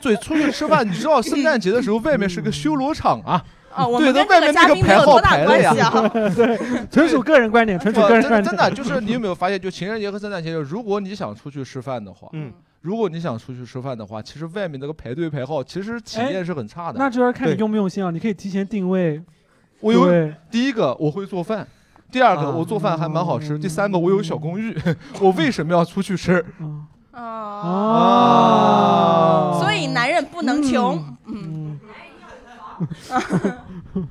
Speaker 6: 对出去吃饭。你知道圣诞节的时候，外面是个修罗场啊，
Speaker 5: (laughs) 哦，我
Speaker 6: 对
Speaker 5: 们
Speaker 6: 那
Speaker 5: 跟
Speaker 6: 外
Speaker 5: 这个
Speaker 6: 面那
Speaker 5: 嘉
Speaker 6: 个
Speaker 5: 宾没
Speaker 6: 排
Speaker 5: 有
Speaker 6: 号
Speaker 5: 多大
Speaker 6: 排的
Speaker 5: 关
Speaker 6: 呀 (laughs)
Speaker 5: 系 (laughs) 啊。
Speaker 3: 纯属个人观点，纯属
Speaker 6: 哇
Speaker 3: 个人
Speaker 6: 真的
Speaker 3: 观
Speaker 6: 真
Speaker 3: 点。
Speaker 6: 的就是你有没有发
Speaker 5: (laughs)
Speaker 6: 现，就情人节和圣诞节，如果你想出去吃饭的话，
Speaker 2: 嗯，
Speaker 6: 如果你想出去吃饭的话，其实外面那个排队排号，其实体验是很差的。
Speaker 3: 那就要看你
Speaker 2: 对
Speaker 3: 用不用心啊，你可以提前定位。
Speaker 6: 我有
Speaker 3: 对
Speaker 6: 第一个我会做饭，第二个
Speaker 2: 啊
Speaker 6: 我做饭还蛮好吃，第三个我有小公寓， (laughs) 我为什么要出去吃
Speaker 3: 嗯
Speaker 5: 哦，
Speaker 3: 啊，
Speaker 6: 哦
Speaker 5: 所以男人不能穷，嗯，
Speaker 3: 嗯，
Speaker 5: (laughs)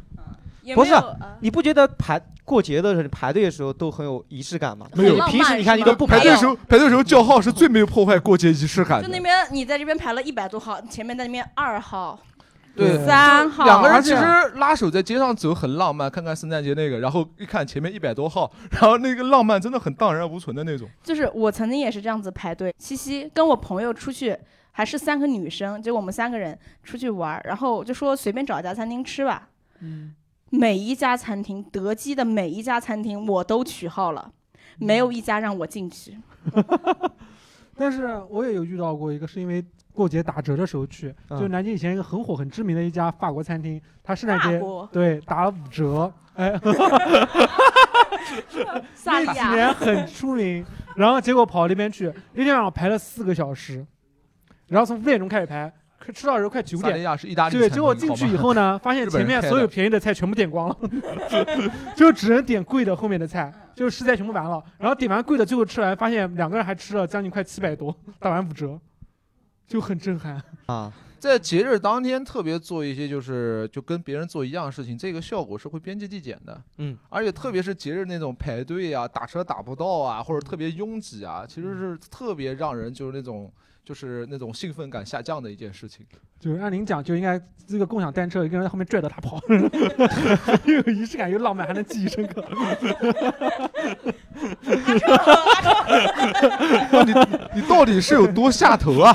Speaker 5: 也
Speaker 2: 不
Speaker 5: 没
Speaker 2: 是啊
Speaker 5: 有呃
Speaker 2: 你不觉得排过节的时候排队的时候都很有仪式感吗？
Speaker 5: 没有
Speaker 2: 你平时你看你都不
Speaker 5: 很
Speaker 6: 排
Speaker 2: 排
Speaker 5: 浪漫是吗，
Speaker 2: 队
Speaker 6: 队时候排队时候叫号是最没有破坏过节仪式
Speaker 2: (laughs)
Speaker 6: 感
Speaker 5: 就那
Speaker 6: 的。
Speaker 5: 边你在这边排了一百多号，前面在那边二号、
Speaker 3: 对
Speaker 5: 三号，
Speaker 6: 两个人
Speaker 3: 而
Speaker 6: 其
Speaker 3: 且
Speaker 6: 实拉手在街上走很浪漫，看看圣诞节那个，然后一看前面一百多号，然后那个浪漫真的很荡然无存的那种。
Speaker 5: 就是我曾经也是这样子排队，七夕跟我朋友出去，还是三个女生，结果我们三个人出去玩儿，然后就说随便找一家餐厅吃吧。
Speaker 3: 嗯
Speaker 5: 每一家餐厅，德基的每一家餐厅我都取号了，
Speaker 11: 嗯
Speaker 5: 没有一家让我进去。
Speaker 3: 但是我也有遇到过一个，是因为过节打折的时候去，
Speaker 2: 嗯
Speaker 3: 就是南京以前一个很火很知名的一家法国餐厅，它圣诞
Speaker 5: 法
Speaker 3: 节
Speaker 5: 国、
Speaker 3: 对打了五折，哎， (laughs)
Speaker 5: 萨利
Speaker 3: 那几
Speaker 5: 亚，
Speaker 3: 年很出名，然后结果跑那边去，那天晚上排了四个小时，然后从五点钟开始排，可吃到的时候快九
Speaker 6: 萨
Speaker 3: 点。
Speaker 6: 利亚是意大利
Speaker 3: 对，
Speaker 6: 餐厅，
Speaker 3: 结果进去以
Speaker 6: 好吗
Speaker 3: 后呢， (laughs) 发现
Speaker 6: 日本
Speaker 3: 前
Speaker 6: 人
Speaker 3: 面
Speaker 6: 开
Speaker 3: 所有
Speaker 6: 的
Speaker 3: 便宜的菜全部点光了， (laughs) 就只能点贵的后面的菜，就是食材全部完了。然后点完贵的，最后吃完发现两个人还吃了将近快七百多，打完五折，就很震撼。
Speaker 2: 啊，
Speaker 6: 在节日当天特别做一些就是就跟别人做一样的事情，这个效果是会边际递减的。
Speaker 2: 嗯，
Speaker 6: 而且特别是节日那种排队啊、打车打不到啊，或者特别拥挤啊，其实
Speaker 2: 嗯
Speaker 6: 是特别让人就是那种就是那种兴奋感下降的一件事 (laughs) 情。
Speaker 3: 就是按您讲，就应该这个共享单车，一个人在后面拽着他跑，又有仪式感，又浪漫，还能记忆深刻。
Speaker 6: (laughs) 你到底是有多下头 (laughs) 啊？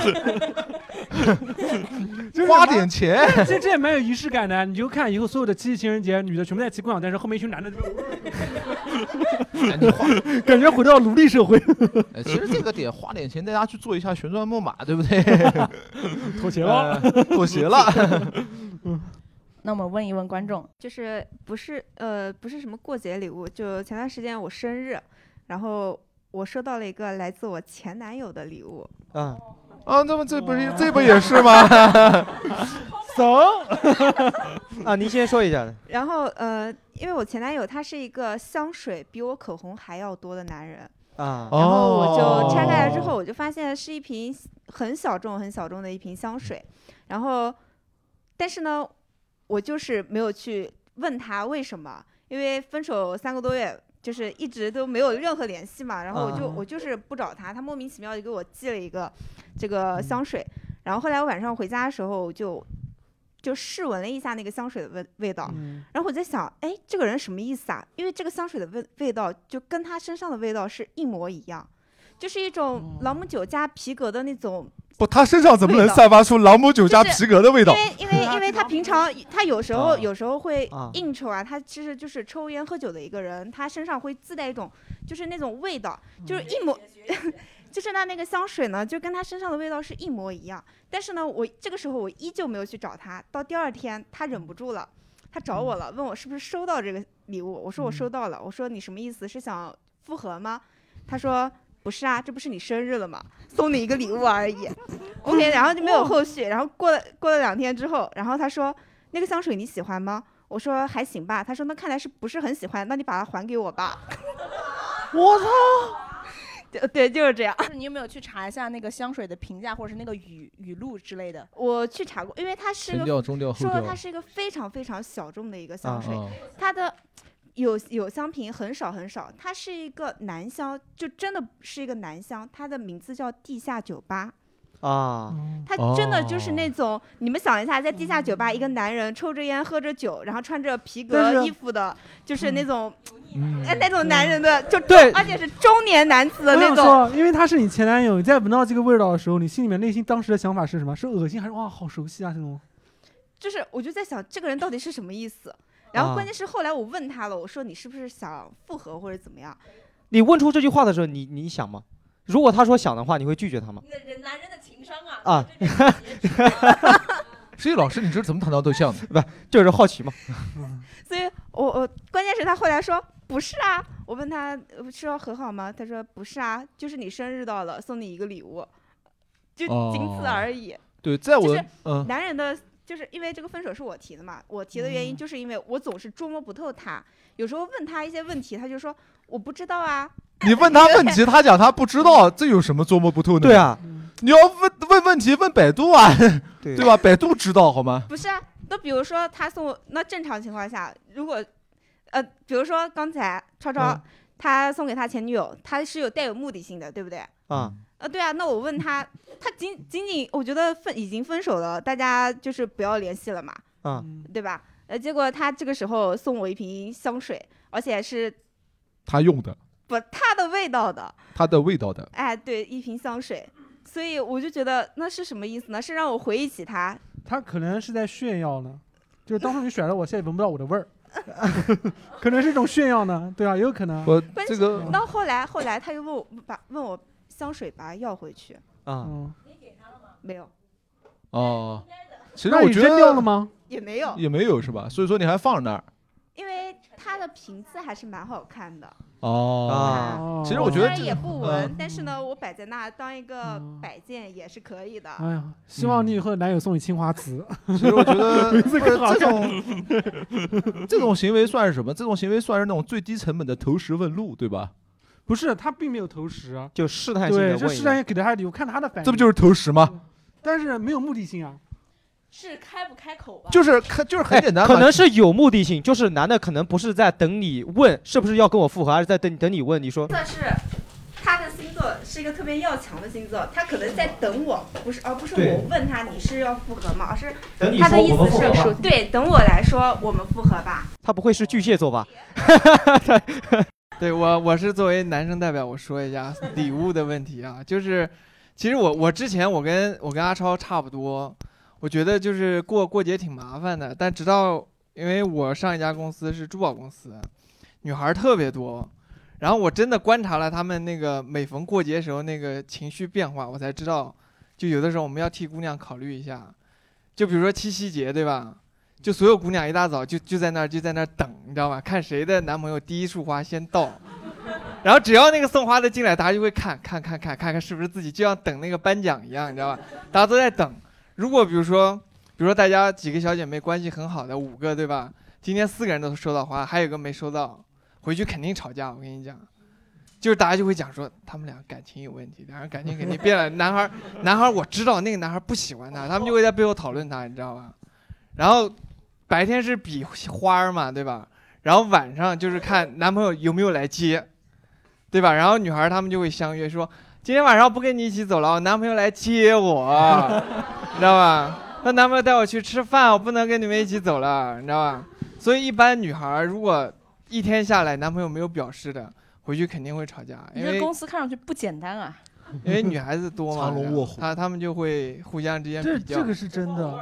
Speaker 3: 就是
Speaker 6: 花
Speaker 3: 妈
Speaker 6: 点钱，
Speaker 3: 这这也蛮有仪式感的，你就看以后所有的七夕情人节，女的全部在骑共享单车，后面一群
Speaker 11: (laughs)
Speaker 3: 男的就，
Speaker 6: 你花，
Speaker 3: 感觉回到奴隶社会，
Speaker 6: 哎其实这个点花点钱，大家去做一下旋转木马，对不 (laughs) 对？
Speaker 3: 妥协了。
Speaker 6: 呃妥协了。
Speaker 5: 那我们问一问观众，
Speaker 11: (laughs) 就是不是呃不是什么过节礼物，就前段时间我生日，然后我收到了一个来自我前男友的礼物，
Speaker 2: 嗯，
Speaker 6: 啊，那么这不是这不也是吗？ (laughs)
Speaker 2: (laughs) 啊，您先说一下，
Speaker 11: 然后呃因为我前男友他是一个香水比我口红还要多的男人，
Speaker 2: 啊，
Speaker 6: 哦
Speaker 11: 然后我就拆开来之后，我就发现是一瓶很小众、很小众的一瓶香水。然后，但是呢，我就是没有去问他为什么，因为分手三个多月，就是一直都没有任何联系嘛。然后我就、
Speaker 2: 啊
Speaker 11: 我就是不找他，他莫名其妙就给我寄了一个这个香水。然后后来我晚上回家的时候，我就就试闻了一下那个香水的味味道，
Speaker 3: 嗯
Speaker 11: 然后我在想，哎，这个人什么意思啊？因为这个香水的味味道就跟他身上的味道是一模一样，就是一种朗姆酒加皮革的那种。
Speaker 6: 不，他身上怎么能散发出朗姆酒加皮革的味
Speaker 11: 因
Speaker 6: 道？
Speaker 11: 为因为因为他平常他有时候
Speaker 2: 啊
Speaker 11: 有时候会
Speaker 2: 啊
Speaker 11: 应酬啊，他其实就是抽烟喝酒的一个人，他身上会自带一种就是那种味道，就是一模。 (laughs) 就是他那个香水呢，就跟他身上的味道是一模一样。但是呢，我这个时候我依旧没有去找他。到第二天，他忍不住了，他找我了，问我是不是收到这个礼物。我说我收到了。我说你什么意思？是想复合吗？他说不是啊，这不是你生日了吗？送你一个礼物而已。OK，然后就没有后续。然后过了过了两天之后，然后他说那个香水你喜欢吗？我说还行吧。他说那看来是不是很喜欢？那你把它还给我吧。
Speaker 3: (laughs) 我操！
Speaker 11: 对对，就是这样。
Speaker 5: 你有没有去查一下那个香水的评价，或者是那个语语录之类的？
Speaker 11: 我去查过，因为它是个
Speaker 6: 调、中调、
Speaker 11: 说它是一个非常非常小众的一个香
Speaker 2: 啊
Speaker 11: 水，它的有有香瓶很少很少，它是一个男香，就真的是一个男香，它的名字叫地下酒吧。
Speaker 2: 啊，哦
Speaker 11: 他真的就是那种，你们想一下，在地下酒吧，一个男人抽着烟、喝着酒，然后穿着皮
Speaker 3: 但
Speaker 11: 革
Speaker 3: 是
Speaker 11: 衣服的，就是那种，
Speaker 6: 嗯
Speaker 11: 哎，那种男人的，就
Speaker 3: 对
Speaker 11: 而且是中年男子的
Speaker 3: 我
Speaker 11: 那
Speaker 3: 想
Speaker 11: 种。
Speaker 3: 说，因为他是你前男友，你在闻到这个味道的时候，你心里面内心当时的想法是什么？是恶心还是哇好熟悉啊这种？
Speaker 11: 就是我就在想，这个人到底是什么意思？然
Speaker 2: 啊
Speaker 11: 后关键是后来我问他了，我说你是不是想复合或者怎么样？
Speaker 2: 你问出这句话的时候，你你想吗？如果他说想的话，你会拒绝他吗？
Speaker 5: 男人的情商
Speaker 11: 哦
Speaker 5: 啊，
Speaker 6: (laughs)
Speaker 2: 啊，
Speaker 6: 所以老师，你这是怎么谈到对象的？
Speaker 2: (laughs) 就是好奇嘛。
Speaker 11: 所以我我关键是他后来说不是啊，我问他呃是要和好吗？他说不是啊，就是你生日到了，送你一个礼物，就仅此
Speaker 6: 哦
Speaker 11: 而已。
Speaker 6: 对，在我
Speaker 11: 就
Speaker 6: 的
Speaker 11: 是
Speaker 6: 嗯
Speaker 11: 男人的，就是因为这个分手是我提的嘛，我提的原
Speaker 6: 嗯
Speaker 11: 因就是因为我总是捉摸不透他，有时候问他一些问题，他就说我不知道啊，
Speaker 6: 你问他问题，他讲他不知道，这有什么捉摸不透的？
Speaker 2: 对，啊，
Speaker 6: 你要问问问题，问百度啊，
Speaker 2: 对
Speaker 6: 对吧？百度知道好吗？
Speaker 11: 不是啊。那比如说他送我，那正常情况下，如果呃，比如说刚才超超、
Speaker 6: 嗯
Speaker 11: 他送给他前女友，他是有带有目的性的，对不对？
Speaker 2: 啊，
Speaker 11: 呃，对啊，那我问他，他仅仅仅我觉得分已经分手了，大家就是不要联系了嘛，
Speaker 2: 啊
Speaker 6: 嗯
Speaker 11: 对吧？呃，结果他这个时候送我一瓶香水，而且是
Speaker 6: 他用的，
Speaker 11: 不他的味道的，
Speaker 6: 他的味道的，
Speaker 11: 哎，对，一瓶香水，所以我就觉得那是什么意思呢？是让我回忆起他，
Speaker 3: 他可能是在炫耀呢，就是当初你甩了我，现在闻不到我的味儿， (laughs) 可能是一种炫耀呢，对啊，也有可能啊。
Speaker 6: 我
Speaker 11: 关
Speaker 6: 这
Speaker 11: 键
Speaker 6: 个
Speaker 11: 到后来后来他又问我把问我香水把它要回去，
Speaker 2: 啊，
Speaker 3: 嗯，
Speaker 11: 没有，
Speaker 6: 哦，其实
Speaker 3: 那
Speaker 6: 我
Speaker 3: 你
Speaker 6: 觉
Speaker 3: 扔掉了
Speaker 6: 得
Speaker 3: 吗？
Speaker 11: 也没有，
Speaker 6: 也没有是吧？所以说你还放那儿
Speaker 11: 因为它的瓶子还是蛮好看的，
Speaker 6: 哦。
Speaker 2: 啊
Speaker 3: 哦
Speaker 6: 其实我觉
Speaker 11: 虽
Speaker 6: 得
Speaker 11: 然
Speaker 6: 这
Speaker 11: 也不
Speaker 6: 嗯
Speaker 11: 闻，但是呢，我摆在那当一个
Speaker 3: 嗯
Speaker 11: 摆件也是可以的。
Speaker 3: 哎
Speaker 6: 嗯
Speaker 3: 呀，希望你以后的男友送你青花瓷。
Speaker 6: 其实我
Speaker 3: (laughs)
Speaker 6: 觉得
Speaker 3: 字
Speaker 6: 不是
Speaker 3: 更好
Speaker 6: 这种这种行为算是什么？这种行为算是那种最低成本的投石问路，对吧？
Speaker 3: (laughs) 不是，他并没有投食啊。
Speaker 2: 就试探性的
Speaker 3: 对，
Speaker 2: 问
Speaker 3: 这
Speaker 2: 一
Speaker 3: 试探
Speaker 2: 下
Speaker 3: 也给了他礼物，看他的反应。
Speaker 6: 这不就是投石吗？
Speaker 3: 但是没有目的性啊。
Speaker 5: 是开不开口吧？
Speaker 6: 就是看，就是很
Speaker 2: 哎
Speaker 6: 简单嘛。
Speaker 2: 可能是有目的性，就是男的可能不是在等你问是不是要跟我复合，而是在等等你问你说
Speaker 11: 算是他的星座是一个特别要强的星座，他可能在等我，不是，而不是
Speaker 2: 对
Speaker 11: 我问他你是要复合吗？而是
Speaker 2: 等
Speaker 11: 他的意思是说，对，等我来说我们复合吧。
Speaker 2: 他不会是巨蟹座吧？
Speaker 9: (laughs) 对我，我是作为男生代表，我说一下
Speaker 2: (laughs)
Speaker 9: 礼物的问题啊，就是，其实我我之前我跟我跟阿超差不多，我觉得就是过过节挺麻烦的，但直到因为我上一家公司是珠宝公司，女孩儿特别多，然后我真的观察了她们那个每逢过节时候那个情绪变化，我才知道，就有的时候我们要替姑娘考虑一下，就比如说七夕节对吧？就所有姑娘一大早就就在那儿就在那儿等，你知道吧？看谁的男朋友第一束花先到，然后只要那个送花的进来，大家就会看看看看看看是不是自己，就像等那个颁奖一样，你知道吧？大家都在等。如果比如说，比如说大家几个小姐妹关系很好的五个对吧？今天四个人都收到花，还有一个没收到，回去肯定吵架。我跟你讲，就是大家就会讲说他们俩感情有问题，两人感情肯定变了。男孩儿，男孩儿我知道那个男孩儿不喜欢他，他们就会在背后讨论他，你知道吧？然后白天是比花儿嘛，对吧？然后晚上就是看男朋友有没有来接，对吧？然后女孩儿她们就会相约说，今天晚上不跟你一起走了，我男朋友来接我，你知道吧？那男朋友带我去吃饭，我不能跟你们一起走了，你知道吧？所以一般女孩儿如果一天下来男朋友没有表示的，回去肯定会吵架，
Speaker 5: 你
Speaker 9: 因
Speaker 5: 这
Speaker 9: 为
Speaker 5: 公司看上去不简单啊！
Speaker 9: 因为女孩子多嘛，
Speaker 6: 藏龙卧虎
Speaker 9: 她她们就会互相之间
Speaker 3: 这
Speaker 9: 比较。
Speaker 3: 这个是真的，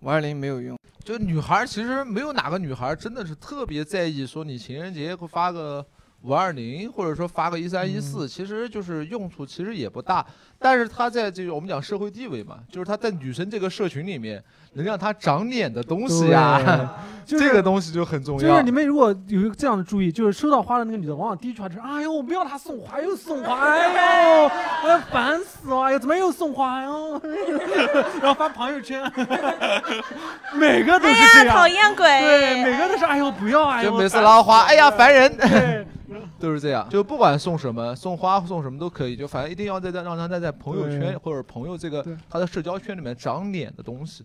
Speaker 9: 五二零没有用，
Speaker 6: 就女孩儿其实没有哪个女孩儿真的是特别在意说你情人节会发个五二零，或者说发个一三一四，其实就是用处其实也不大。但是她在这个我们讲社会地位嘛，就是她在女生这个社群里面能让她长脸的东西啊，
Speaker 3: 就是
Speaker 6: (laughs) 这个东西就很重
Speaker 3: 就是
Speaker 6: 要
Speaker 3: 你。们如果有一个这样的注意，就是收到花的那个女的，往往第一句话就是：“哎呦，我不要他送花，又送花，哎
Speaker 6: (laughs)
Speaker 3: 呦，哎呀，烦死了，哎呦，怎么又送花，哎呦，然后发朋友
Speaker 6: (laughs)
Speaker 3: 圈，每个都是这样，
Speaker 11: 哎厌鬼！
Speaker 3: 对，每个都是哎呦不要，哎呦，
Speaker 6: 就每次拉花，哎呀烦人，
Speaker 3: 对，
Speaker 6: 都是这样。就不管送什么，送花送什么都可以，就反正一定要在在让她在在朋友
Speaker 3: 对
Speaker 6: 圈或者朋友这个
Speaker 3: 对
Speaker 6: 她的社交圈里面长脸的东西，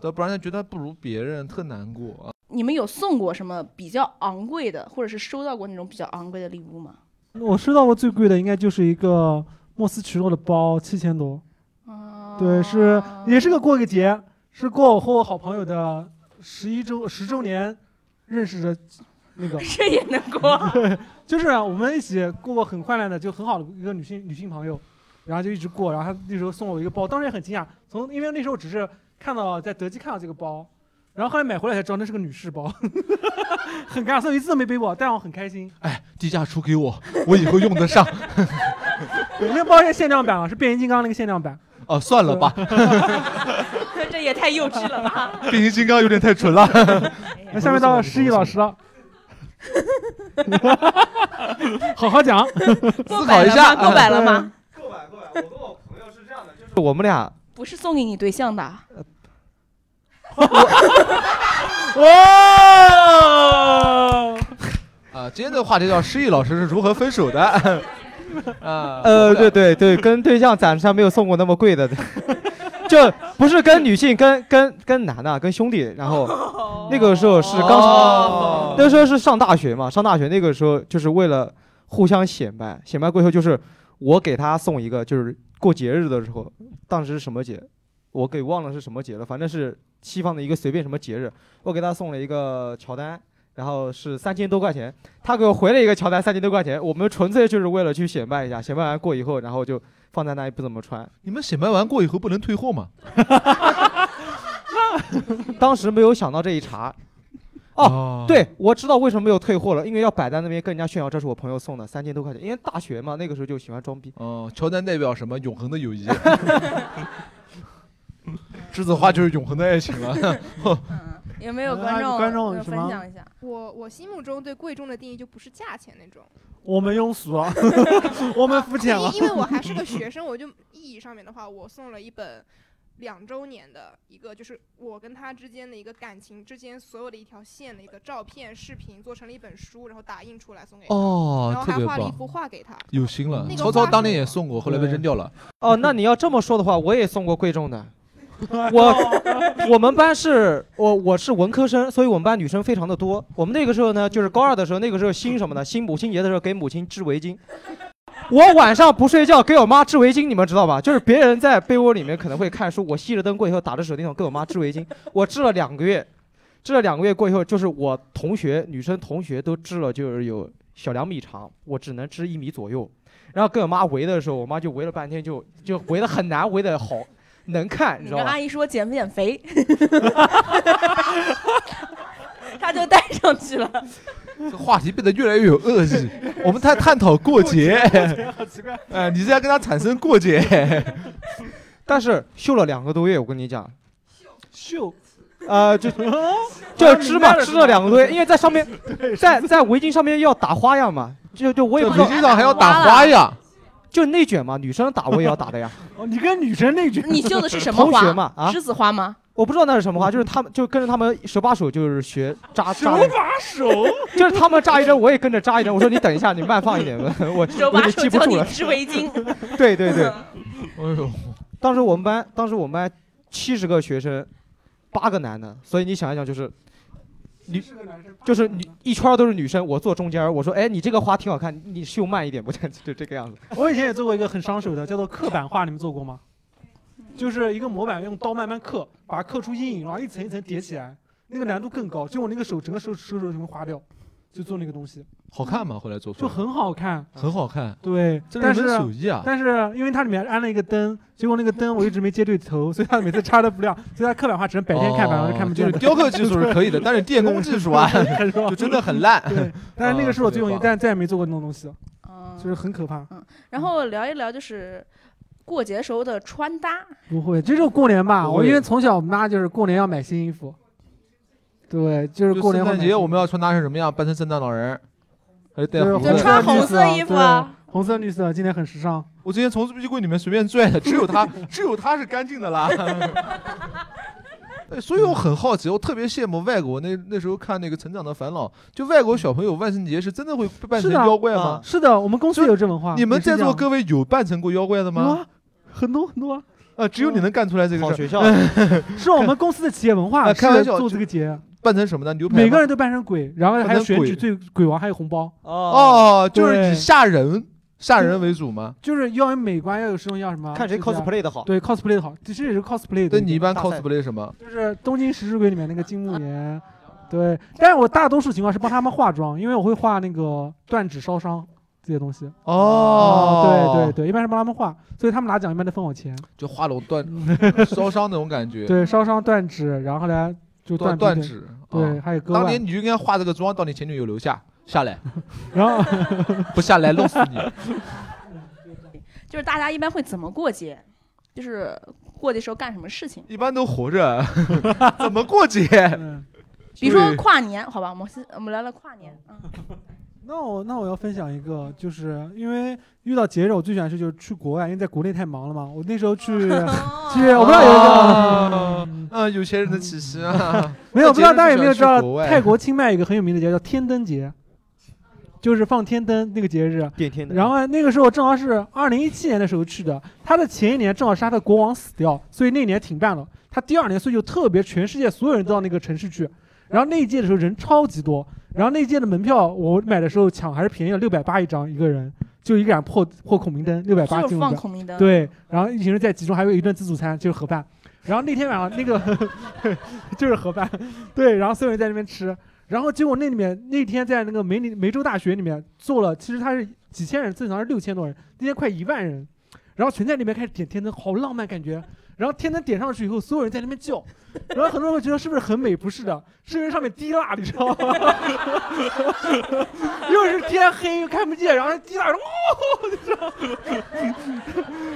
Speaker 6: 对，不然她觉得她不如别人，特难过啊。
Speaker 5: 你们有送过什么比较昂贵的，或者是收到过那种比较昂贵的礼物吗？
Speaker 3: 我收到过最贵的应该就是一个莫斯奇诺的包七千多，
Speaker 11: 哦
Speaker 3: 对，是也是个过个节，是过我和我好朋友的十一周十周年认识的
Speaker 11: (laughs)
Speaker 3: 那个，
Speaker 11: 这也能过，
Speaker 3: (laughs) 就是啊我们一起过过很快乐的，就很好的一个女性女性朋友，然后就一直过，然后她那时候送我一个包，当时也很惊讶，从因为那时候只是看到在德基看到这个包，然后后来买回来才知道那是个女士包， (laughs) 很尴尬，所以一次都没背过，但我很开心。
Speaker 6: 哎低价出给我，我以后用得上。
Speaker 3: (laughs) 对，那包是限量版啊，是变形金刚那个限量版。
Speaker 6: 哦，算了吧，
Speaker 11: (laughs) 这也太幼稚了 (laughs) 吧？
Speaker 6: 变形金刚有点太纯了。
Speaker 3: 那下面到失忆老师 (laughs) 了， (laughs) 好好讲，
Speaker 11: 过百了吗思考一下过百了 (laughs) 吗？
Speaker 2: (laughs) 我们俩
Speaker 11: 不是送给你对象的。啊呃 (laughs)
Speaker 3: 哇！
Speaker 6: (laughs) 啊，今天的话题叫失忆老师是如何分手的？啊，
Speaker 2: 呃，对对对，跟对象暂时还没有送过那么贵的， (laughs) 就不是跟女性，跟跟跟男的啊，跟兄弟。然后那个时候是刚上，那时候是上大学嘛，上大学那个时候就是为了互相显摆，显摆过以后就是我给他送一个，就是过节日的时候，当时是什么节，我给忘了是什么节了，反正是西方的一个随便什么节日，我给他送了一个乔丹。然后是三千多块钱，他给我回了一个乔丹三千多块钱，我们纯粹就是为了去显摆一下，显摆完过以后，然后就放在那里不怎么穿。
Speaker 6: 你们显摆完过以后不能退货吗？
Speaker 2: 当时没有想到这一茬。哦，对，我知道为什么没有退货了，因为要摆在那边跟人家炫耀，这是我朋友送的，三千多块钱。因为大学嘛，那个时候就喜欢装逼。
Speaker 6: 哦，乔丹代表什么？永恒的
Speaker 2: (laughs)
Speaker 6: 友谊。 (laughs) 栀子花就是永恒的爱情了。
Speaker 11: 有没有观
Speaker 8: 啊
Speaker 11: 众
Speaker 3: 嗯啊
Speaker 8: (laughs)
Speaker 3: 观众
Speaker 11: 分
Speaker 3: 什么
Speaker 11: 享一下？
Speaker 8: 我我心目中对贵重的定义就不是价钱那种，
Speaker 3: 我们庸俗啊， (laughs) 我们肤浅了。啊
Speaker 8: 因因为我还
Speaker 3: (laughs)
Speaker 8: 是个学生，我就意义上面的话，我送了一本两周年的一个，就是我跟他之间的一个感情之间所有的一条线的一个照片、视频，做成了一本书，然后打印出来送给他，
Speaker 6: 哦
Speaker 8: 然后
Speaker 6: 特
Speaker 8: 还
Speaker 6: 别
Speaker 8: 画了一
Speaker 6: 棒
Speaker 8: 幅画给他。嗯
Speaker 6: 有心了
Speaker 8: 那，个
Speaker 6: 曹操
Speaker 8: 花
Speaker 6: 当年也送过，后来被扔掉了。
Speaker 2: 哦，那你要这么说的话，我也送过贵重
Speaker 6: (laughs)
Speaker 2: 的。我我们班是我我是文科生，所以我们班女生非常的多。我们那个时候呢，就是高二的时候，那个时候兴什么呢？兴母亲节的时候给母亲织围巾。我晚上不睡觉给我妈织围巾，你们知道吧？就是别人在被窝里面可能会看书，我熄着灯过以后打着手电筒给我妈织围巾，我织了两个月，织了两个月过以后，就是我同学女生同学都织了，就是有小两米长，我只能织一米左右。然后跟我妈围的时候，我妈就围了半天就，就围的很难，围的好能看，你
Speaker 11: 你
Speaker 2: 知道
Speaker 11: 跟
Speaker 2: 吧
Speaker 11: 阿？姨说减肥减肥， (laughs) 她就戴上去了。
Speaker 6: 这话题变得越来越有
Speaker 3: (laughs)
Speaker 6: 恶意。我们在探讨过节， (laughs)
Speaker 3: 好奇怪。
Speaker 6: 哎，你在跟他产生过节。
Speaker 2: (laughs) 但是秀了两个多月，我跟你讲，
Speaker 3: 秀，
Speaker 2: 呃，就就织嘛，织了两个多月，因为在上面，在在围巾上面要打花样嘛，就就我也不知道
Speaker 6: 在围巾上还要打花样，
Speaker 2: 啊就内卷嘛，女生打我也要打的呀。
Speaker 3: 哦，你跟女生内卷
Speaker 11: 你绣的是什么花？
Speaker 2: 同学嘛啊
Speaker 11: 栀子花吗？
Speaker 2: 我不知道那是什么花，就是他们就跟着他们手把手就是学扎扎，
Speaker 3: 把手，
Speaker 2: 就是他们扎一针，我也跟着扎一针。我说你等一下，你慢放一点吧，我
Speaker 11: 手
Speaker 2: 我
Speaker 11: 把
Speaker 2: 已
Speaker 11: 手
Speaker 2: 经记不
Speaker 11: 教
Speaker 2: 住
Speaker 11: 你
Speaker 2: 了。
Speaker 11: 织围 (laughs) 巾，
Speaker 2: 对对对，
Speaker 6: (laughs) 哎呦，
Speaker 2: 当时我们班，当时我们班七十个学生，八个男的，所以你想一想，就是女，就是女一圈儿都是女生，我坐中间儿，我说，哎，你这个花挺好看，你绣慢一点，不就这个样子。
Speaker 3: 我以前也做过一个很伤手的，叫做刻板画，你们做过吗？就是一个模板，用刀慢慢刻，把它刻出阴影，然后一层一层叠起来，那个难度更高，就我那个手整个手手手就会划掉，就做那个东西，
Speaker 6: 好看吗？后来做出
Speaker 3: 就
Speaker 6: 来
Speaker 3: 很好看。
Speaker 6: 很好看，
Speaker 3: 对，
Speaker 6: 这
Speaker 3: 但
Speaker 6: 是
Speaker 3: 是
Speaker 6: 人文手艺啊。
Speaker 3: 但是因为它里面安了一个灯，结果那个灯我一直没接对头，所以它每次插的不亮，所以它刻板化只能白天看，晚上
Speaker 6: 哦
Speaker 3: 看不
Speaker 6: 就
Speaker 3: 见
Speaker 6: 是。雕刻技术是可以的，但是电工技
Speaker 3: (laughs)
Speaker 6: 术啊，就真的很烂。
Speaker 3: 对，但是那个是我最用
Speaker 6: 啊
Speaker 3: 力，但是再也没做过那种东西了，
Speaker 11: 嗯
Speaker 3: 就是很可怕。
Speaker 11: 然后聊一聊就是过节时候的穿搭，
Speaker 3: 不会，这就是过年吧？
Speaker 6: 不会
Speaker 3: 我因为从小我妈就是过年要买新衣服，对，就是
Speaker 6: 就
Speaker 3: 过
Speaker 6: 圣
Speaker 3: 年会
Speaker 6: 诞
Speaker 3: 买
Speaker 6: 节
Speaker 3: 新
Speaker 6: 我们要穿搭成什么样？扮成圣诞老人，还是戴
Speaker 3: 就是
Speaker 6: 胡
Speaker 11: 就
Speaker 6: 子？
Speaker 11: 穿红
Speaker 3: 红
Speaker 11: 色衣服啊，
Speaker 3: 对红色、绿色，今年很时尚。
Speaker 6: 我之前从衣柜里面随便拽的， (laughs) 只有它，只有它是干净
Speaker 3: (laughs)
Speaker 6: 的啦。对 (laughs) 所以我很好奇，我特别羡慕外国那那时候看那个《成长的烦恼》，就外国小朋友万圣节是真的会被扮
Speaker 3: 是
Speaker 6: 成
Speaker 3: 的啊
Speaker 6: 妖怪吗？
Speaker 3: 是的，我们公司有这文化。
Speaker 6: 你们
Speaker 3: 也是
Speaker 6: 在
Speaker 3: 这
Speaker 6: 座
Speaker 3: 样
Speaker 6: 各位有扮成过妖怪的
Speaker 3: 有
Speaker 6: 吗？
Speaker 3: 啊，很多很多啊，
Speaker 6: 啊，只有你能干出来这
Speaker 2: 好
Speaker 6: 个事儿。
Speaker 2: 学校，
Speaker 3: (laughs) 是我们公司的企业文化
Speaker 6: 啊，开玩笑
Speaker 3: 是做这个节，
Speaker 6: 扮成什么呢？牛排吗？
Speaker 3: 每个人都扮成鬼，然后还有
Speaker 6: 扮成
Speaker 3: 选
Speaker 6: 鬼
Speaker 3: 举最鬼王，还有红包。
Speaker 2: 哦，
Speaker 6: 哦，就是以
Speaker 3: 对
Speaker 6: 吓人下人为主吗？
Speaker 3: 就是要美观，要有这种要什么？
Speaker 2: 看谁
Speaker 3: 啊就是
Speaker 2: cosplay 得好
Speaker 3: 对，cosplay 的好，其实也是 cosplay 的。
Speaker 6: 对你一般 cosplay 什么？
Speaker 3: 就是《东京食尸鬼》里面那个金
Speaker 2: (laughs)
Speaker 3: 木研，对。但是我大多数情况是帮他们化妆，因为我会画那个断指烧伤这些东西。啊
Speaker 6: 哦
Speaker 3: 对对对，一般是帮他们画，所以他们拿奖一般都分我钱。
Speaker 6: 就画龙断
Speaker 3: 嗯
Speaker 6: (laughs) 烧伤那种感觉。
Speaker 3: 对，烧伤断指，然后后来就
Speaker 6: 断
Speaker 3: 断臂
Speaker 6: 指。
Speaker 3: 对，
Speaker 6: 啊
Speaker 3: 还有割
Speaker 6: 当
Speaker 3: 腕。
Speaker 6: 年你就应该化这个妆到你前女友楼下下来，
Speaker 3: 然
Speaker 6: (laughs)
Speaker 3: 后
Speaker 6: 不下来弄死你。
Speaker 5: 就是大家一般会怎么过节？就是过节时候干什么事情？
Speaker 6: 一般都活着，怎么过节？
Speaker 3: 嗯
Speaker 5: 比如说跨年，好吧，我们先我们聊聊跨年。嗯，
Speaker 3: 那我那我要分享一个，就是因为遇到节日，我最喜欢是就是去国外，因为在国内太忙了嘛。我那时候 (laughs) 去去，我不知道有一个。嗯
Speaker 6: 啊啊，有钱人的气息啊
Speaker 3: (laughs) 。没有，不知道大家有没有知道
Speaker 6: 国，外
Speaker 3: 泰国清迈有一个很有名的节叫天
Speaker 5: (laughs)
Speaker 3: 灯节，就是放天灯那个节日。
Speaker 2: 点天灯。
Speaker 3: 然后啊那个时候正好是二零一七年的时候去的，他的前一年正好是他的国王死掉，所以那年停办了。他第二年，所以就特别全世界所有人都到那个城市去。然后那一届的时候人超级多，然后那一届的门票我买的时候抢还是便宜了，六百八一张一个人，就一个人破破孔明灯，六百八
Speaker 5: 就是放孔明灯
Speaker 3: 对，然后一群人在其中还有一顿自助餐，就是盒饭。然后那天晚上那个 (laughs) 就是盒饭，对，然后所有人在那边吃，然后结果那里面那天在那个梅里梅州大学里面坐了，其实他是几千人，正常是六千多人，那天快一万人，然后全在那边开始点天灯，好浪漫感觉。然后天灯点上去以后，所有人在那边叫，然后很多人会觉得是不是很美？不是的，是因为上面滴蜡，你知道吗？ (laughs) 又是天黑又看不见，然后滴蜡，然后哦，你知道吗，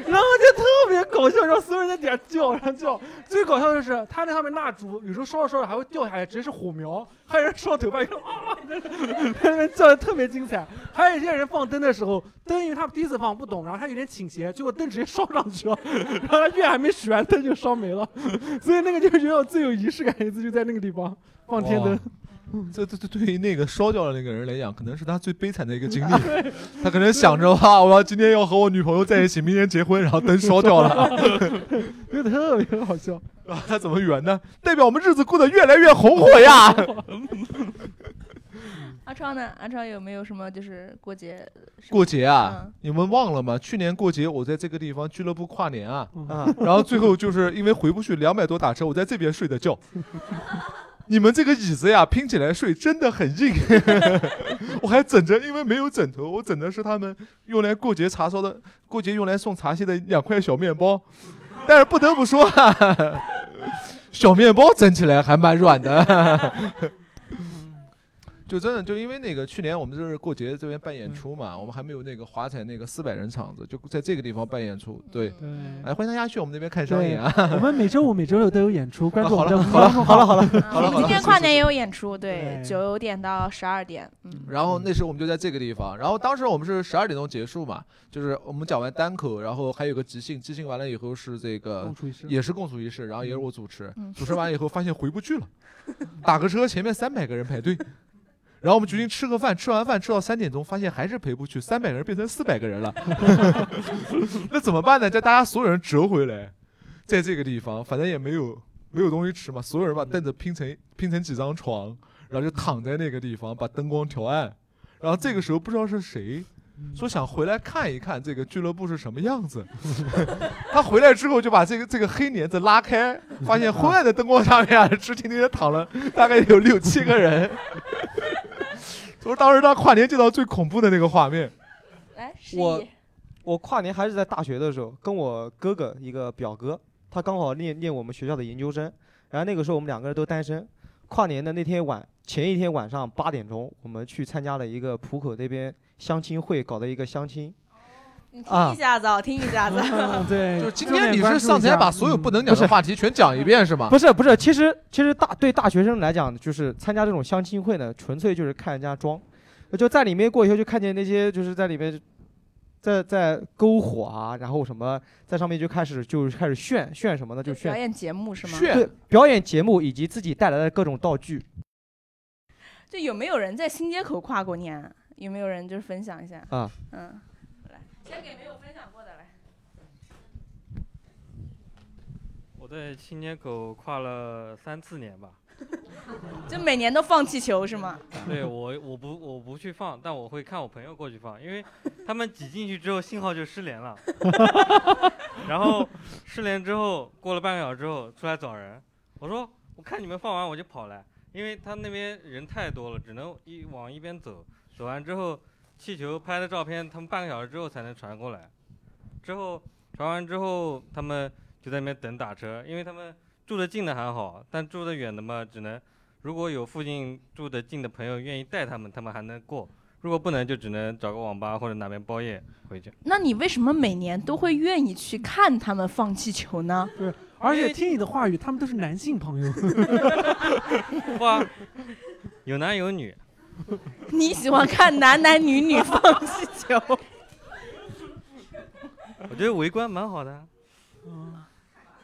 Speaker 3: 然后就特别搞笑，然后所有人在底下叫，然后叫。最搞笑的是，他那上面蜡烛有时候烧着烧着还会掉下来，直接是火苗，还有人烧头发，一个啊，在那边叫的特别精彩。还有一些人放灯的时候，灯因为他们第一次放不懂，然后他有点倾斜，结果灯直接烧上去了，然后他月还没许完，灯就烧没了。所以那个就是觉得我最有仪式感的一次，就在那个地方放天灯。
Speaker 6: 这这这对于那个烧掉的那个人来讲，可能是他最悲惨的一个经
Speaker 3: 啊
Speaker 6: 历。 (laughs) 他可能想着哇，我要今天要和我女朋友在一起，明天结婚，然后灯烧掉
Speaker 3: (laughs)
Speaker 6: 了，
Speaker 3: 就特别好笑。
Speaker 6: 然后他怎么圆呢？代表我们日子过得越来越红火
Speaker 3: (laughs)
Speaker 6: 呀！
Speaker 5: 阿超呢？阿超有没有什么就是过节？
Speaker 6: 过节啊，你们忘了吗？去年过节我在这个地方俱乐部跨年啊，
Speaker 2: 嗯
Speaker 6: 然后最后就是因为回不去，两百多打车，我在这边睡的觉。你们这个椅子呀，拼起来睡真的很硬， (laughs) 我还枕着，因为没有枕头，我枕的是他们用来过节茶烧的，过节用来送茶歇的两块小面包。但是不得不说啊，小面包枕起来还蛮
Speaker 3: (laughs)
Speaker 6: 软的。就真的就因为那个去年我们就是过节这边办
Speaker 3: 嗯
Speaker 6: 演出嘛，我们还没有那个华彩那个四百人场子，就在这个地方办演出。对，哎，欢迎大家去我们那边看商演啊。
Speaker 3: 嗯对我们每周五、每周六都有演出，关注我们的
Speaker 6: 啊好了好了好了好了好了
Speaker 5: 我们今
Speaker 3: 啊
Speaker 5: 天跨年也有演出，对，九点到十二点。嗯，
Speaker 6: (laughs) 然后那时候我们就在这个地方，然后当时我们是十二点钟结束嘛，就是我们讲完单口，然后还有个即兴，即兴完了以后是这个
Speaker 3: 共处一室
Speaker 6: 也是共处一室，然后也是我主持，
Speaker 3: 嗯
Speaker 6: 主持完了以后发现回不去了，打个车前面三百个人排队，然后我们决定吃个饭，吃完饭吃到三点钟，发现还是回不去，三百个人变成四百个人了， (laughs) 那怎么办呢？叫大家所有人折回来，在这个地方，反正也没有没有东西吃嘛，所有人把凳子拼成拼成几张床，然后就躺在那个地方，把灯光调暗。然后这个时候不知道是谁说想回来看一看这个俱乐部是什么样子， (laughs) 他回来之后就把这个这个黑帘子拉开，发现昏暗的灯光下面啊，直挺挺的躺了大概有六七个人。 (laughs) 我当时他跨年见到最恐怖的那个画面，
Speaker 5: 来，十
Speaker 2: 我
Speaker 5: 一，
Speaker 2: 我跨年还是在大学的时候，跟我哥哥一个表哥，他刚好念念我们学校的研究生，然后那个时候我们两个人都单身。跨年的那天晚前一天晚上八点钟，我们去参加了一个浦口那边相亲会搞的一个相亲，
Speaker 5: 哦你
Speaker 2: 啊
Speaker 5: 听一下子，我听一下子。
Speaker 3: 对
Speaker 6: 就今天你是上台把所有不能讲
Speaker 2: 不是
Speaker 6: 的话题全讲一遍是吗？
Speaker 2: 不是不是，其实其实大对大学生来讲，就是参加这种相亲会呢，纯粹就是看人家装，就在里面过以后就看见那些就是在里面在在篝火啊，然后什么在上面就开始就开始炫炫什么呢？就
Speaker 5: 表
Speaker 2: 炫
Speaker 5: 演节目是吗？
Speaker 2: 对表演节目以及自己带来的各种道具
Speaker 5: 就有没有人在新街口跨过年啊？有没有人就是分享一下？
Speaker 2: 啊。
Speaker 5: 嗯，来，先给没有分享过的来。
Speaker 3: (laughs)
Speaker 12: 我在新街口跨了三四年吧，
Speaker 5: 就每年都放气球是吗？
Speaker 3: 啊
Speaker 12: 对我，我不我不去放，但我会看我朋友过去放，
Speaker 3: (laughs)
Speaker 12: 因为他们挤进去之后信号就失联了，然后失联之后过了半个小时之后出来找人，我说我看你们放完我就跑了，因为他那边人太多了，只能一往一边走，走完之后气球拍的照片他们半个小时之后才能传过来，之后传完之后他们就在那边等打车，因为他们住的近的还好，但住的远的嘛只能。如果有附近住的近的朋友愿意带他们，他们还能过；如果不能，就只能找个网吧或者哪边包夜回去。 (laughs)
Speaker 5: 那你为什么每年都会愿意去看他们放气球呢？
Speaker 3: 对，而且听你的话语，他们都是男性朋友。
Speaker 12: 哇，有男有女，
Speaker 5: 你喜欢看男男女女放气球？
Speaker 12: 我觉得围观蛮好的。啊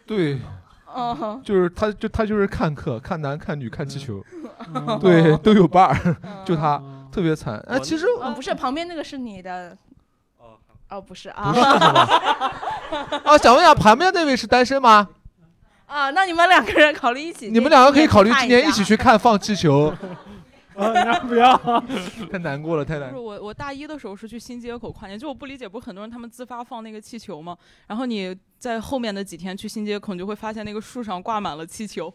Speaker 6: 对，
Speaker 5: 哦，
Speaker 6: 就是他，就他就是看客，看男看女看气球，对，都有伴儿，就他特别惨。哎，其实
Speaker 5: 哦，不是，旁边那个是你的。哦，不是啊，
Speaker 6: 不是是啊，想问一下，旁边那位是单身吗？
Speaker 5: (laughs) 啊，那你们两个人考虑
Speaker 3: (laughs)
Speaker 5: 一起，
Speaker 6: 你们两个可以考虑今年一起
Speaker 5: 去
Speaker 6: 去看放气球。
Speaker 3: 啊，不要，
Speaker 6: (laughs) 太难过了，太难
Speaker 13: 不是
Speaker 6: 过了。
Speaker 13: 我，我大一的时候是去新街口跨年，就我不理解，不是很多人他们自发放那个气球吗？然后你在后面的几天去新街口，你就会发现那个树上挂满了气球。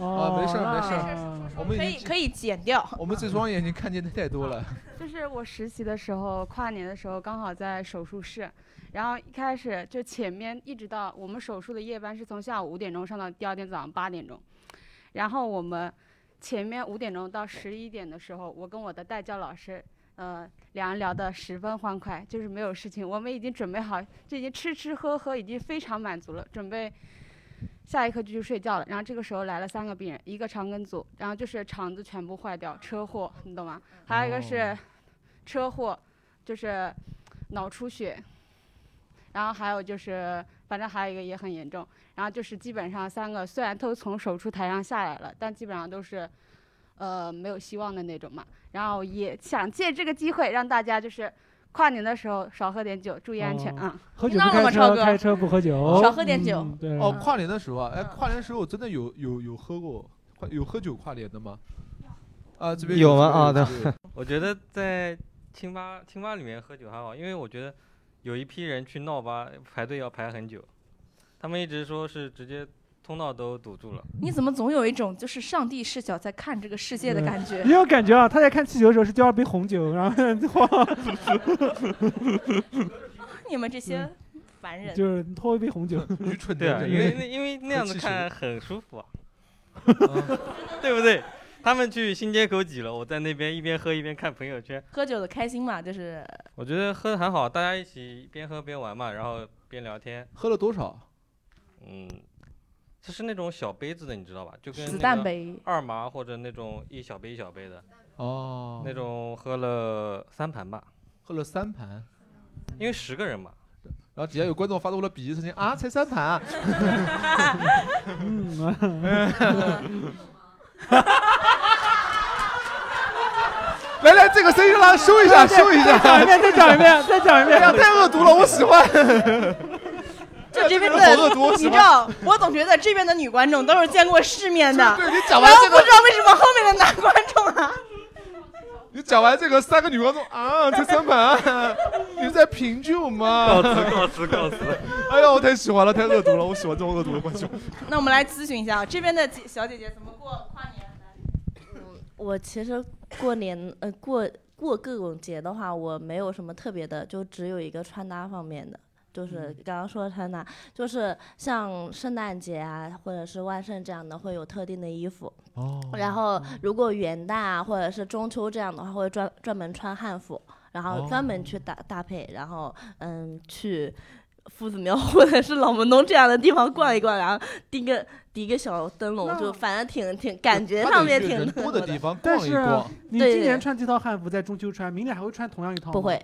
Speaker 6: 啊，没事儿没事
Speaker 5: 没事
Speaker 3: 啊
Speaker 6: 儿，我们已
Speaker 5: 可
Speaker 6: 经
Speaker 5: 以可以剪掉。
Speaker 6: 我们这双眼睛看见的太多了。
Speaker 7: 就是我实习的时候，跨年的时候刚好在手术室，然后一开始就前面一直到我们手术的夜班是从下午五点钟上到第二天早上八点钟，然后我们前面五点钟到十一点的时候，我跟我的带教老师。呃，两人聊得十分欢快，就是没有事情，我们已经准备好，就已经吃吃喝喝，已经非常满足了，准备下一刻就去睡觉了。然后这个时候来了三个病人，一个肠梗阻，然后就是肠子全部坏掉，车祸，你懂吗？还有一个是车祸，就是脑出血，然后还有就是反正还有一个也很严重。然后就是基本上三个虽然都从手术台上下来了，但基本上都是呃没有希望的那种嘛。然后也想借这个机会让大家就是。跨年的时候少喝点酒，注意安全啊！
Speaker 3: 哦喝酒
Speaker 7: 听到
Speaker 3: 不
Speaker 7: 了吗
Speaker 3: 开
Speaker 7: 超
Speaker 3: 车，
Speaker 7: 哥
Speaker 3: 开车不喝酒，
Speaker 7: 少喝点酒 (laughs)
Speaker 3: 嗯对，
Speaker 6: 哦，跨年的时候啊，哎，跨年时候我真的有有有喝过，跨有喝酒跨年的吗？啊，这边
Speaker 2: 有吗啊
Speaker 6: 这
Speaker 2: 对
Speaker 6: 边有这边有
Speaker 12: 我觉得在清吧清吧里面喝酒还好，因为我觉得有一批人去闹吧排队要排很久，他们一直说是直接通道都堵住了。
Speaker 5: 你怎么总有一种就是上帝视角在看这个世界的感
Speaker 3: (laughs)
Speaker 5: 觉？
Speaker 3: 也有感觉啊。他在看气球的时候是第二杯红酒，然后
Speaker 5: 你们这些凡人，
Speaker 3: 嗯就是 (laughs) 偷一杯红酒，
Speaker 6: 愚 (laughs) 蠢
Speaker 12: 对啊，因为
Speaker 6: (laughs)
Speaker 12: 那因为那样子看很舒服啊，对不对？他们去新街口挤了，我在那边一边喝一边看朋友圈，
Speaker 5: 喝酒的开心嘛，就是
Speaker 12: 我觉得喝的还好，大家一起边喝边玩嘛，然后边聊天。
Speaker 6: 喝了多少？
Speaker 12: 嗯，这是那种小杯子的，你知道吧？就跟
Speaker 5: 子
Speaker 12: 那个
Speaker 5: 弹杯
Speaker 12: 二麻或者那种一小杯一小杯的。
Speaker 6: 哦
Speaker 12: 那种喝了三盘吧，
Speaker 6: 喝了三盘，
Speaker 12: 因为十个人嘛。
Speaker 6: 然后底下有观众发出了鄙夷之音啊，才三盘
Speaker 12: (laughs)
Speaker 6: 啊！
Speaker 3: 嗯
Speaker 6: (laughs) 来来，这个声音让他收一下，
Speaker 3: 对
Speaker 6: 收一下。
Speaker 3: 再讲一遍再讲一遍再讲
Speaker 6: (laughs)
Speaker 3: 一遍
Speaker 6: 哎呀，太恶毒了，我喜欢。 (laughs)
Speaker 5: (laughs) 就这边
Speaker 6: 这个人好
Speaker 5: 的
Speaker 6: 恶毒我，喜
Speaker 5: 你知
Speaker 6: 欢
Speaker 5: 道，我总觉得这边的女观众都是见过世面的，
Speaker 6: 对你讲完这
Speaker 5: 然
Speaker 6: 个
Speaker 5: 后不知道为什么后面的男观众啊，
Speaker 6: 你讲完这个，三个女观众啊，才三
Speaker 5: (laughs)
Speaker 6: 盘啊，你是在评剧吗？
Speaker 12: 告辞告辞告辞！
Speaker 6: 啊哎呀，我太喜欢了，太恶毒了，我喜欢这种恶毒的观众。
Speaker 5: 那我们来咨询一下啊，这边的姐小姐姐怎么过跨年？
Speaker 14: 我其实过年呃过过各种节的话，我没有什么特别的，就只有一个穿搭方面的，就是
Speaker 13: 嗯
Speaker 14: 刚刚说的穿搭，就是像圣诞节啊或者是万圣这样的会有特定的衣服，
Speaker 15: (laughs)
Speaker 6: 哦
Speaker 14: 然后如果元旦啊或者是中秋这样的话，会专专门穿汉服，然
Speaker 6: 哦
Speaker 14: 后专门去搭搭配，然后嗯去。夫子庙或者是老门东这样的地方逛一逛，然后订个抵个小灯笼，就反正挺挺感觉
Speaker 6: 他
Speaker 14: 上
Speaker 6: 得
Speaker 14: 面
Speaker 6: 去
Speaker 14: 挺
Speaker 6: 人多的地方
Speaker 3: 但
Speaker 6: 逛一
Speaker 3: 是啊
Speaker 6: 逛。
Speaker 3: 你
Speaker 14: 对
Speaker 3: 今
Speaker 14: 对
Speaker 3: 年穿这套汉服在中秋穿，明年还会穿同样一套吗？
Speaker 14: 不会，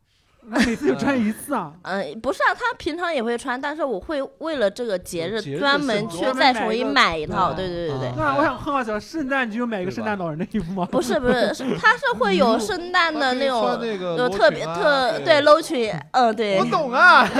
Speaker 3: (laughs) 每次就穿一次啊？
Speaker 14: 嗯，不是啊，他平常也会穿，但是我会为了这个节日嗯
Speaker 3: 节日的
Speaker 14: 专门
Speaker 3: 圣诞
Speaker 14: 去
Speaker 3: 节
Speaker 14: 再重新买一
Speaker 3: 啊
Speaker 14: 套。对对对对，
Speaker 3: 那我想问一下，啊圣诞节有买一个圣诞老人的衣服吗？嗯
Speaker 14: 不是不 (laughs) 是，
Speaker 3: (laughs)
Speaker 14: 是它是会有圣诞的那种，有特别
Speaker 3: 啊
Speaker 14: 特啊对 low 裙，嗯对。我懂
Speaker 6: 啊。
Speaker 14: (laughs)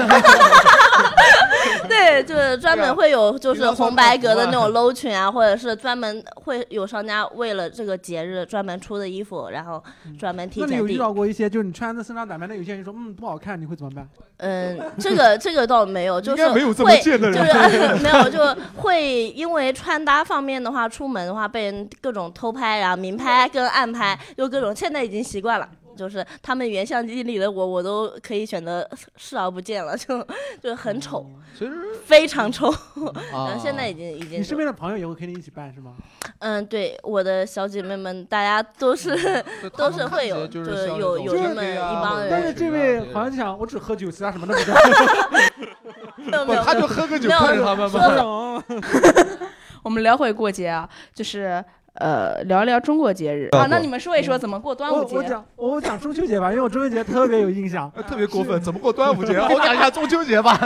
Speaker 14: 对，就是专门会有就是红白格的那种 low 裙啊，或者是专门会有商家为了这个节日专门出的衣服，然后专门提
Speaker 3: 嗯那你有
Speaker 14: 前
Speaker 3: 遇
Speaker 14: 订。
Speaker 3: 到过一些就是你穿的身上打扮的，有些人说嗯不好看，你会怎么办？
Speaker 14: (laughs) 嗯，这个
Speaker 3: (laughs)
Speaker 14: 这个倒没有，就
Speaker 3: 应
Speaker 14: 是
Speaker 3: 该
Speaker 14: 会
Speaker 3: 没有这么贱的人
Speaker 14: 就是呃没有，就会因为穿搭方面的话，出门的话被人各种偷拍，然后明拍跟暗拍，就各种，现在已经习惯了。就是他们原相机里的我，我都可以选择视而不见了，就就很丑，
Speaker 6: 其实
Speaker 14: 非常丑。
Speaker 6: 啊
Speaker 14: 然后现在已经已经
Speaker 3: 你身边的朋友也会跟你一起办是吗？
Speaker 14: 嗯，对，我的小姐妹们，大家都是 (laughs) (laughs) 都是会有，就
Speaker 3: 就
Speaker 14: 是
Speaker 3: 像那
Speaker 14: 有
Speaker 3: 种
Speaker 14: 有
Speaker 3: 就是
Speaker 14: 那么
Speaker 3: 对
Speaker 14: 一
Speaker 3: 啊
Speaker 14: 帮人。
Speaker 3: 但是这位好像就想我只喝酒，其他什么都不
Speaker 14: (laughs)
Speaker 3: 干。
Speaker 14: 没有没有
Speaker 6: 他就喝个酒
Speaker 14: 没有
Speaker 6: 看着他慢慢
Speaker 5: (laughs) 我们聊回过节啊，就是呃，聊一聊中国节
Speaker 3: (laughs)
Speaker 5: 日啊。那你们说一说怎么过端午
Speaker 3: 我我
Speaker 5: 节？
Speaker 3: 讲我讲中秋节吧，因为我中秋节特别有印象，
Speaker 6: (laughs) 特别过分，怎么过端
Speaker 3: (laughs)
Speaker 6: 午节？我讲一下中秋节吧。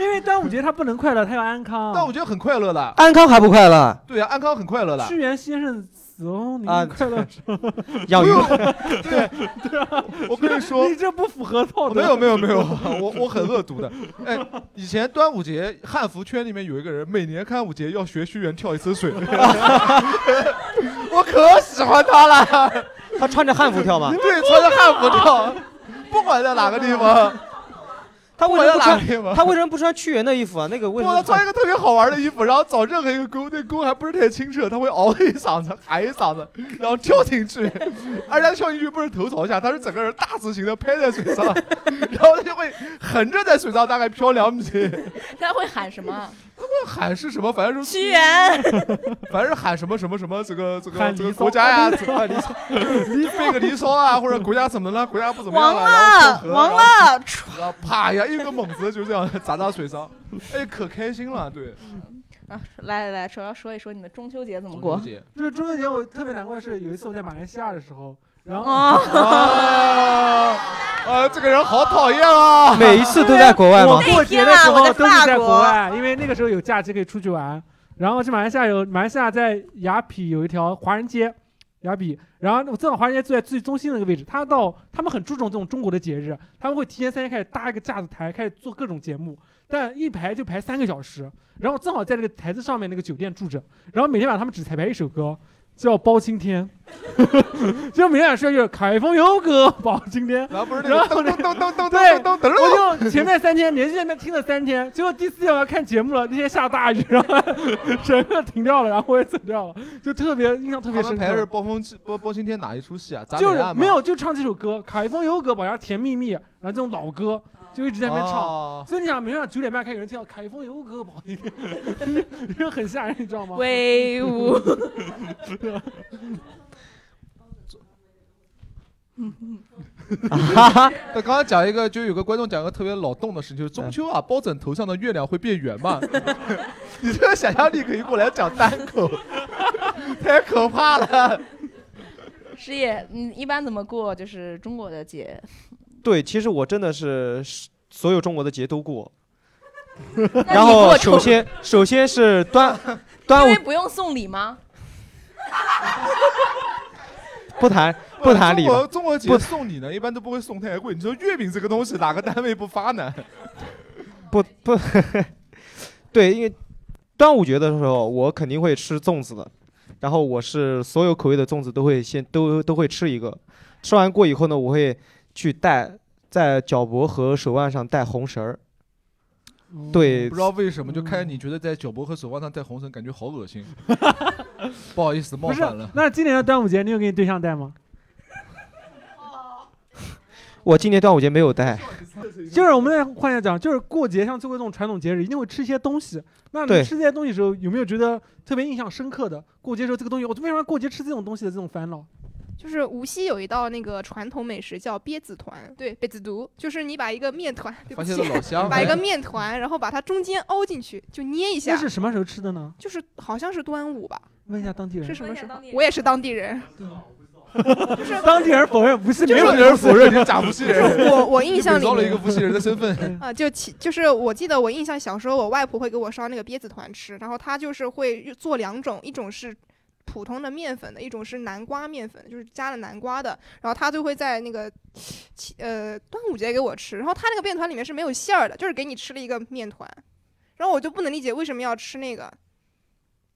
Speaker 3: 因为端午节它不能快乐，它要安康。
Speaker 6: 端午节很快乐的，
Speaker 2: 安康还不快乐？
Speaker 6: 对啊，安康很快乐的。
Speaker 3: 屈原先生死哦，你
Speaker 2: 啊
Speaker 3: 快乐是吗？
Speaker 2: 养鱼
Speaker 6: 不用
Speaker 3: 对 (laughs)
Speaker 6: (laughs)
Speaker 3: 对啊，
Speaker 6: 我跟你
Speaker 3: (laughs)
Speaker 6: 说，
Speaker 3: 你这不符合道德。
Speaker 6: 没有没有没有，我我很恶毒的。哎，以前端午节汉服圈里面有一个人，每年端午节要学屈原跳一次水， (laughs) 我可喜欢他了。
Speaker 2: (laughs) 他穿着汉服跳吗？
Speaker 6: 对，穿着汉服 (laughs) 跳，不管在哪个地方。
Speaker 2: 他为什么不
Speaker 6: 不管在哪里吗
Speaker 2: 穿？他为什么不穿屈原的衣服啊？那个为什
Speaker 6: 我
Speaker 2: 么？
Speaker 6: 他穿一个特别好玩的衣服，然后找任何一个沟，那沟还不是太清澈，他会嗷一嗓子，喊一嗓子，然后跳进去，而且他跳进去不是头朝下，他是整个人大字形的拍在水上，然后他就会横着在水上大概飘两米。
Speaker 5: 大家会喊什么？啊
Speaker 6: 喊是什么？反正是
Speaker 5: 屈原，
Speaker 6: (laughs) 反正喊什么什么什么，这个这个
Speaker 3: 喊
Speaker 6: 这
Speaker 3: 离
Speaker 6: 个
Speaker 3: 骚
Speaker 6: 国
Speaker 3: (laughs)
Speaker 6: 家呀，
Speaker 3: 离
Speaker 6: 这个离骚，就是背个离骚啊，或者国家怎么了，国家不怎么样
Speaker 5: 亡
Speaker 6: 了
Speaker 5: 了，
Speaker 6: 然后
Speaker 5: 亡
Speaker 6: 然后
Speaker 5: 了，
Speaker 6: 然后啪呀，一个猛子就这样砸到水上，哎，可开心了，对。
Speaker 5: 啊，来来来，首要说一说你们中秋节怎么过？
Speaker 3: 就是中秋节，我特别难过的是有一次我在马来西亚的时候，然后
Speaker 2: 哦
Speaker 6: (laughs) 啊，啊，这个人好讨厌啊！
Speaker 2: 每一次都在国外吗
Speaker 3: 我过节的
Speaker 2: 那天
Speaker 3: 时
Speaker 2: 啊
Speaker 3: 候
Speaker 2: 我在
Speaker 3: 都是在
Speaker 2: 法国
Speaker 3: 国外，因为那个时候有假期可以出去玩。然后去马来西亚有马来西亚在雅痞有一条华人街，雅痞。然后我正好华人街就在最中心的那个位置。他到他们很注重这种中国的节日，他们会提前三天开始搭一个架子台，开始做各种节目，但一排就排三个小时。然后正好在那个台子上面那个酒店住着，然后每天晚上他们只彩排一首歌，叫《包青天》。 (laughs) 就每天晚上就是《开封有个包青天》，
Speaker 6: 然后不是
Speaker 3: 那
Speaker 6: 那
Speaker 3: 个
Speaker 6: 个
Speaker 3: 噔噔
Speaker 6: 噔噔噔噔
Speaker 3: 对，
Speaker 6: 噔噔
Speaker 3: 我就前面三天连续在那听了三天，结果第四天我要看节目了，那天下大雨，然后 (laughs) 整个停掉了，然后我也走掉了，就特别印象特别
Speaker 6: 他
Speaker 3: 深
Speaker 6: 们排的是
Speaker 3: 刻。
Speaker 6: 包风包包青天哪一出戏啊？砸
Speaker 3: 就
Speaker 6: 脸
Speaker 3: 是
Speaker 6: 案吗
Speaker 3: 没有，就唱这首歌《开封有个宝呀甜蜜蜜》，然后这种老歌就一直在那边唱。
Speaker 6: 哦
Speaker 3: 所以你想，每天晚上九点半开始有人跳《开封有个宝》， (laughs) 就很吓人，你知道吗？
Speaker 5: 威
Speaker 3: (laughs)
Speaker 5: 武
Speaker 6: (laughs) 那刚刚讲一个，就有个观众讲一个特别脑洞的事情，就是中秋啊，
Speaker 3: 嗯
Speaker 6: 包拯头上的月亮会变圆嘛？ (laughs) 你这个想象力可以过来讲单口， (laughs) 太可怕了。
Speaker 5: 师爷，你一般怎么过？就是中国的节，
Speaker 2: 对，其实我真的是是所有中国的节都过。
Speaker 5: 你
Speaker 2: 然后
Speaker 5: 过
Speaker 2: 首
Speaker 5: 丑
Speaker 6: (laughs)
Speaker 2: 先首先是端端
Speaker 5: 因为
Speaker 2: 午
Speaker 5: 不用送礼吗？
Speaker 2: 不谈不谈礼
Speaker 6: 呃中国
Speaker 2: 了，
Speaker 6: 中国节
Speaker 2: 不
Speaker 6: 送礼呢，一般都不会送太贵。你说月饼这个东西，哪个单位不发呢？
Speaker 2: 不不，对，因为端午节的时候，我肯定会吃粽子的。然后我是所有口味的粽子都会先都都会吃一个，吃完过以后呢，我会去戴在脚脖和手腕上戴红绳儿。对
Speaker 6: 哦嗯不知道为什么，就看见你觉得在脚脖和手腕上戴红绳，感觉好恶心。不好意思，冒
Speaker 3: 不是
Speaker 6: 犯了。，
Speaker 3: 那今年的端午节你有给你对象戴吗？
Speaker 2: 我今年端午节没有
Speaker 6: (laughs)
Speaker 2: 戴，
Speaker 3: 就是我们再换一下讲，就是过节，像中国这种传统节日，一定会吃一些东西。那你
Speaker 2: 对
Speaker 3: 吃这些东西的时候，有没有觉得特别印象深刻的？过节时候这个东西，我哦为什么要过节吃这种东西的这种烦恼？
Speaker 8: 就是无锡有一道那个传统美食叫鳖子团，对，鳖子肚，就是你把一个面团，对不
Speaker 3: 发
Speaker 8: 起
Speaker 3: 现了老，乡
Speaker 8: 把一
Speaker 3: (laughs)
Speaker 8: 个面团，然后把它中间凹进去，就捏一下
Speaker 3: 那，是什么时候吃的呢？
Speaker 8: 就是好像是端午吧？ (laughs)
Speaker 3: 问一下当地人
Speaker 8: 是什么时候？我也是当地人，
Speaker 3: (laughs) 当地人否认不是，
Speaker 6: 就
Speaker 3: 没
Speaker 6: 是
Speaker 3: 有
Speaker 6: 当地人否认你是假伏羲
Speaker 3: (laughs)
Speaker 6: 人
Speaker 3: 就是
Speaker 8: 我我印象里
Speaker 6: 伪造了一个伏羲人的身份
Speaker 8: 啊，就其就是我记得我印象小时候，我外婆会给我烧那个鳖子团吃，然后她就是会做两种，一种是。普通的面粉的一种是南瓜面粉，就是加了南瓜的，然后她就会在那个，其呃，端午节给我吃。然后她那个面团里面是没有馅儿的，就是给你吃了一个面团，然后我就不能理解为什么要吃那个，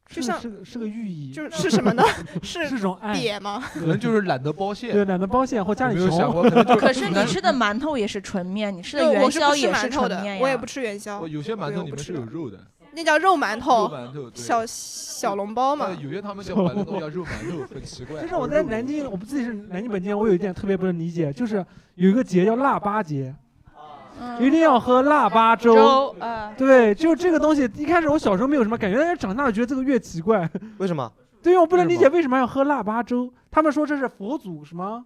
Speaker 8: 就像
Speaker 3: 是个是个寓意，
Speaker 8: 就是是什么呢？是
Speaker 3: 是种爱
Speaker 8: 瘪吗？
Speaker 6: 可能就是懒得包馅，
Speaker 3: 对，懒得包馅或家里
Speaker 6: 有没有
Speaker 3: 穷
Speaker 6: 想过可
Speaker 5: (laughs)
Speaker 6: 能就
Speaker 16: 可是你吃的馒头也是纯面，你吃的
Speaker 8: 对
Speaker 16: 元
Speaker 8: 我 (laughs) 是不
Speaker 16: 宵
Speaker 8: 吃
Speaker 16: 也
Speaker 8: 馒头
Speaker 16: 纯
Speaker 8: 的
Speaker 16: 面呀。，
Speaker 8: 我也不吃元宵
Speaker 6: 哦，有些馒头里面是有肉的，
Speaker 8: 那叫肉馒头，
Speaker 6: 肉馒头对
Speaker 8: 小小笼包嘛
Speaker 6: 呃。有些他们叫馒头都叫肉馒头，很奇怪。
Speaker 3: 就是我在南京，我不自己是南京本地人，我有一点特别不能理解，就是有一个节叫腊八节，一定要喝腊八粥
Speaker 2: 粥。
Speaker 4: 呃
Speaker 16: 啊
Speaker 3: 对，就这个东西，一开始我小时候没有什么感觉，但是长大了觉得这个越奇怪。
Speaker 2: 为什么？
Speaker 3: 对呀，我不能理解为什么要喝腊八粥。他们说这是佛祖什么？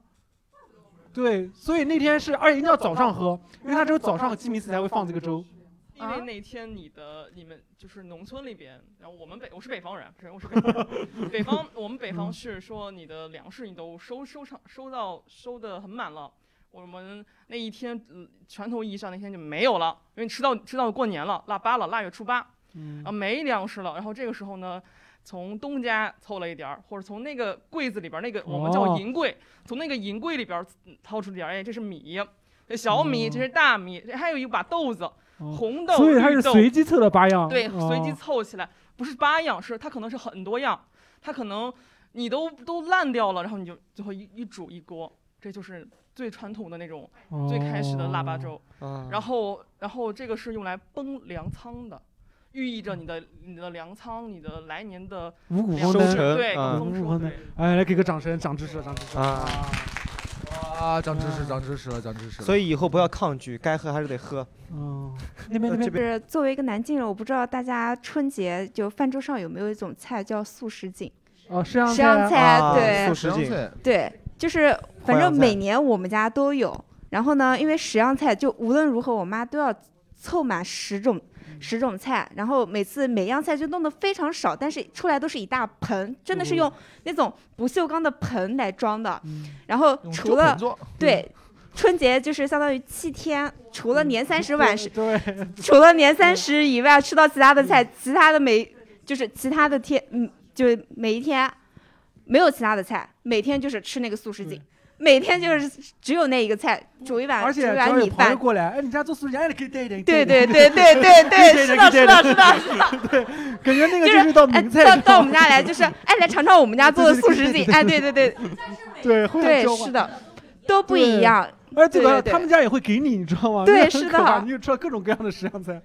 Speaker 3: 对，所以那天是，而且一定要早上喝，因为他只有早上鸡鸣寺才会放这个粥。
Speaker 17: 因为那天你的你们就是农村里边，然后我们北我是北方人，啊不是我是北方人，北方我们北方是说你的粮食你都收收上收到收的很满了，我们那一天嗯传统意义上那天就没有了，因为吃到吃到过年了，腊八了，腊月初八，
Speaker 3: 嗯
Speaker 17: 啊没粮食了，然后这个时候呢。从东家凑了一点儿，或者从那个柜子里边儿那个我们叫
Speaker 3: 哦
Speaker 17: 银柜，从那个银柜里边儿掏出点儿，哎，这是米，这小米，
Speaker 3: 哦
Speaker 17: 这是大米，这还有一把豆子，红豆、
Speaker 3: 所以它
Speaker 17: 绿
Speaker 3: 是
Speaker 17: 豆
Speaker 3: 随机测的八样。
Speaker 17: 对，随机
Speaker 3: 哦
Speaker 17: 凑起来，不是八样，是它可能是很多样，它可能你都都烂掉了，然后你就最后一一煮一锅，这就是最传统的那种、最开始的腊八粥。
Speaker 9: 嗯
Speaker 3: 嗯
Speaker 2: 哦
Speaker 17: 然后，然后这个是用来崩粮仓的。寓意着你的你的粮仓，你的来年的
Speaker 3: 五谷
Speaker 17: 粮
Speaker 3: 丰登，
Speaker 17: 食对，
Speaker 3: 啊
Speaker 17: 丰
Speaker 3: 五
Speaker 17: 收
Speaker 3: 谷丰登。哎，来给个掌声，长知识了，长知识了
Speaker 2: 啊！
Speaker 6: 啊，长知识，长知识了，长知识
Speaker 2: 嗯
Speaker 6: 了。
Speaker 2: 所以以后不要抗拒，该喝还是得喝。
Speaker 3: 嗯，那边
Speaker 11: 就
Speaker 2: 这
Speaker 11: 是作为一个南京人，我不知道大家春节就饭桌上有没有一种菜叫素什锦。
Speaker 3: 哦，山
Speaker 11: 十阳菜，啊对，
Speaker 3: 啊素食锦
Speaker 11: 对，就是反
Speaker 3: 淮扬
Speaker 11: 正
Speaker 3: 菜
Speaker 11: 每年我们家都有。然后呢，因为十样菜就无论如何，我妈都要凑满十
Speaker 3: 嗯
Speaker 11: 种十种菜，然后每次每样菜就弄得非常少，但是出来都是一大盆，真
Speaker 3: 哦
Speaker 11: 的是用那种不锈钢的盆来装的。
Speaker 3: 嗯
Speaker 11: 然后除
Speaker 7: 旧
Speaker 11: 了
Speaker 7: 盆装
Speaker 11: 对。春节就是相当于七天，除了年三十晚上，
Speaker 16: (laughs)
Speaker 3: 对， (laughs)
Speaker 11: 除了年
Speaker 3: 嗯
Speaker 11: 三十以外，吃到其他的菜，其他的每就是其他的天，嗯，就是每一天没有其他的菜，每天就是吃那个素
Speaker 3: 嗯
Speaker 11: 食锦，每天就是只有那一个菜，煮一碗，
Speaker 3: 而
Speaker 11: 煮
Speaker 3: 且
Speaker 11: 一
Speaker 3: 只要
Speaker 11: 碗
Speaker 3: 有
Speaker 11: 米
Speaker 3: 朋友
Speaker 11: 饭。
Speaker 3: 过来，哎，你家做素食，哎，可以带一点。
Speaker 11: 对
Speaker 3: 带
Speaker 11: 对
Speaker 3: 一 (laughs)
Speaker 11: 对
Speaker 3: 点
Speaker 11: 对对对，是
Speaker 3: 可
Speaker 11: 的，
Speaker 3: 以带
Speaker 11: 是
Speaker 3: 一点
Speaker 11: 的，是的，。是
Speaker 3: (laughs)
Speaker 11: 的。
Speaker 3: 感觉那个
Speaker 11: 就
Speaker 3: 就是是到名菜
Speaker 11: 哎到
Speaker 3: 上
Speaker 11: 到我们家来
Speaker 3: (laughs)
Speaker 11: 就是，哎，来尝尝我们家做的素食锦，
Speaker 3: 对对对
Speaker 11: 哎，对对对，
Speaker 3: (laughs) 对，会有
Speaker 11: 对
Speaker 3: 交，换
Speaker 11: 是的，都不一样。
Speaker 3: 而且这
Speaker 11: 对
Speaker 3: 个
Speaker 11: 对对
Speaker 3: 他们家也会给你，你知道吗？
Speaker 11: 对
Speaker 3: (laughs) 那很
Speaker 11: 是
Speaker 3: 可怕
Speaker 11: 的
Speaker 3: 你就吃到各种各样的十样菜。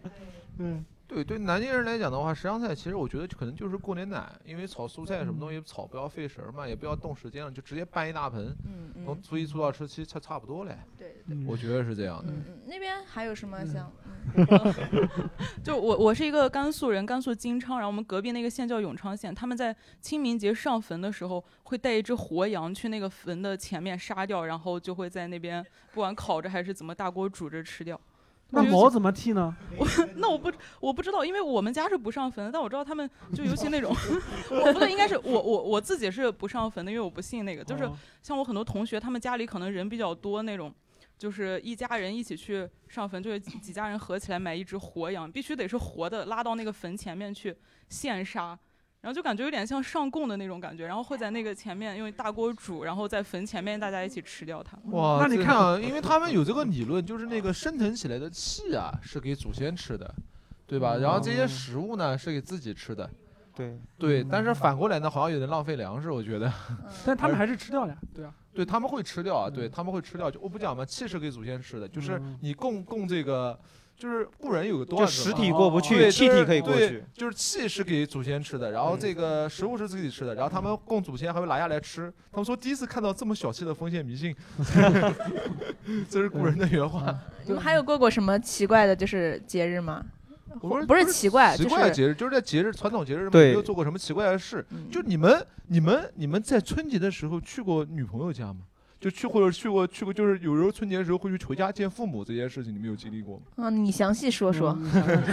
Speaker 3: 嗯，
Speaker 6: 对对，南京人来讲的话，十样菜其实我觉得可能就是过年奶，因为炒蔬菜什
Speaker 16: 嗯
Speaker 6: 么东西炒不要费神儿嘛，也不要动时间了，就直接拌一大盆，从初一初二初七差差不多嘞。
Speaker 16: 嗯对
Speaker 3: 嗯
Speaker 16: 嗯
Speaker 6: 对，我觉得是这样的。
Speaker 16: 那边还有什么像？
Speaker 13: (laughs)
Speaker 16: 嗯
Speaker 13: 就我我是一个甘肃人，甘肃金昌，然后我们隔壁那个县叫永昌县，他们在清明节上坟的时候会带一只活羊去那个坟的前面杀掉，然后就会在那边不管烤着还是怎么大锅煮着吃掉。
Speaker 3: 那毛怎么剃呢？
Speaker 13: 那我不 (laughs) 我不知道，因为我们家是不上坟的，但我知道他们就尤其那
Speaker 6: (laughs)
Speaker 13: 种，我不对，应该是我我我自己是不上坟的，因为我不信那个，就是
Speaker 6: 哦
Speaker 13: 像我很多同学，他们家里可能人比较多那种。就是一家人一起去上坟，就是几几家人合起来买一只活羊，必须得是活的，拉到那个坟前面去现杀，然后就感觉有点像上供的那种感觉，然后会在那个前面用大锅煮，然后在坟前面大家一起吃掉它。
Speaker 6: 哇，
Speaker 3: 那你
Speaker 6: 这
Speaker 3: 看 (laughs)
Speaker 6: 样啊因为他们有 (laughs) 这个理论，就是那个升腾起来的气啊，是给祖先吃的，对吧？然后这些
Speaker 2: 哦
Speaker 6: 食物呢，是给自己吃的。
Speaker 2: 对
Speaker 6: 对，
Speaker 16: 嗯
Speaker 6: 但是反过来呢，好像有点浪费粮食，我觉得。
Speaker 3: (laughs) 但他们还是吃掉了呀，对啊。
Speaker 6: 对他们会吃掉啊，
Speaker 16: 嗯
Speaker 6: 对他们会吃掉。就我不讲嘛，气是给祖先吃的，就是你供供这个，就是古人有个段子
Speaker 2: 就
Speaker 6: 嘛，
Speaker 2: 实体过不去
Speaker 6: 对
Speaker 2: 气
Speaker 6: 就是
Speaker 2: 体可以过
Speaker 6: 对
Speaker 2: 去
Speaker 6: 就是气是给祖先吃的，然后
Speaker 16: 嗯
Speaker 6: 这个食物是自己吃的，然后他们供祖先还会拿下来吃。他们说第一次看到这么小气的封建迷信， (laughs) 这是古人的原话。
Speaker 16: 嗯你们还有过过什么奇怪的，就是节日吗？
Speaker 6: 我
Speaker 16: 不是奇怪，
Speaker 6: 奇
Speaker 16: 就
Speaker 6: 怪的
Speaker 16: 是嗯
Speaker 6: 节日，就是在节日传统节日上面
Speaker 2: 对
Speaker 6: 没有做过什么奇怪的事。就你们、你们、你们在春节的时候去过女朋友家吗？就去或者去过去过，就是有时候春节的时候会去回家见父母这件事情，你们有经历过吗？
Speaker 16: 嗯，你详细说说。
Speaker 6: 嗯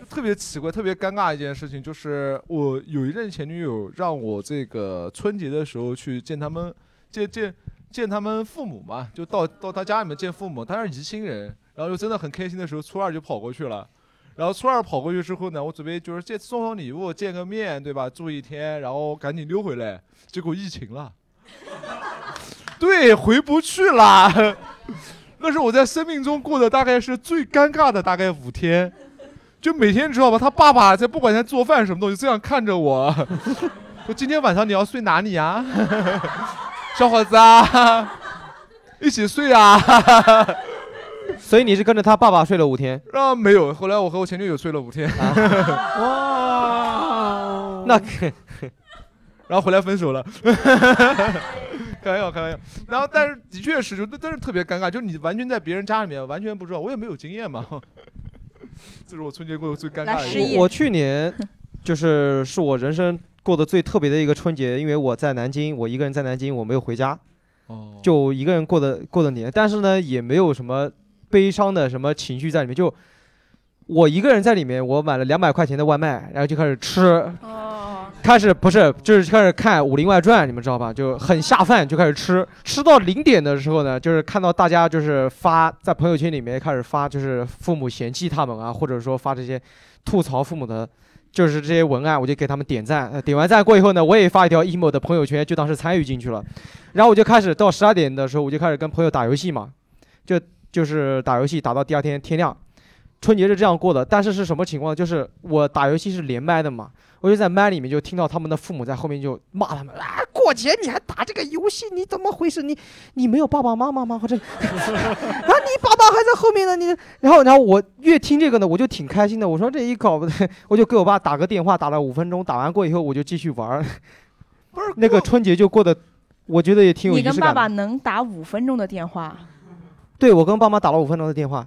Speaker 6: 就特别奇怪、特别尴尬的一件事情，就是我有一任前女友让我这个春节的时候去见他们，见见见他们父母嘛，就到到他家里面见父母，他是宜兴人，然后就真的很开心的时候，初二就跑过去了。然后初二跑过去之后呢，我准备就是借送送礼物，见个面，对吧？住一天，然后赶紧溜回来，结果疫情了。 (laughs) 对，哎回不去了。 (laughs) 那是我在生命中过的大概是最尴尬的大概五天，就每天知道吧，他爸爸在不管在做饭什么东西，这样看着我， (laughs) 说今天晚上你要睡哪里呀、 (laughs) 小伙子啊，一起睡啊。 (laughs)
Speaker 2: 所以你是跟着他爸爸睡了五天，
Speaker 6: 啊，没有，后来我和我前女友睡了五天。 (laughs)
Speaker 3: 哇，
Speaker 2: 那
Speaker 6: 然后回来分手了。 (laughs) 开玩笑，开玩笑。然后，但是的确是，就但是特别尴尬，就是你完全在别人家里面，完全不知道，我也没有经验嘛。 (laughs) 这是我春节过得最尴尬的一次。
Speaker 2: 我我去年就是是我人生过得最特别的一个春节，因为我在南京，我一个人在南京，我没有回家，就一个人过的过的年。但是呢，也没有什么悲伤的什么情绪在里面，就我一个人在里面，我买了两百块钱的外卖，然后就开始吃。开始不是，就是开始看《武林外传》，你们知道吧？就很下饭，就开始吃。吃到零点的时候呢，就是看到大家就是发在朋友圈里面开始发，就是父母嫌弃他们啊，或者说发这些吐槽父母的，就是这些文案，我就给他们点赞。呃点完赞过以后呢，我也发一条 emo 的朋友圈，就当是参与进去了。然后我就开始到十二点的时候，我就开始跟朋友打游戏嘛，就就是打游戏打到第二天天亮。春节是这样过的，但是是什么情况？就是我打游戏是连麦的嘛，我就在麦里面就听到他们的父母在后面就骂他们啊，过节你还打这个游戏，你怎么回事？你你没有爸爸妈妈吗？或者啊，你爸爸还在后面呢，你。然后然后我越听这个呢，我就挺开心的。我说这一搞不对， (laughs) 我就给我爸打个电话，打了五分钟，打完过以后我就继续玩儿。那个春节就过得，我觉得也挺有
Speaker 16: 你
Speaker 2: 仪
Speaker 16: 跟
Speaker 2: 式
Speaker 16: 爸
Speaker 2: 感的。
Speaker 16: 爸能打五分钟的电话，
Speaker 2: 对，我跟爸妈打了五分钟的电话。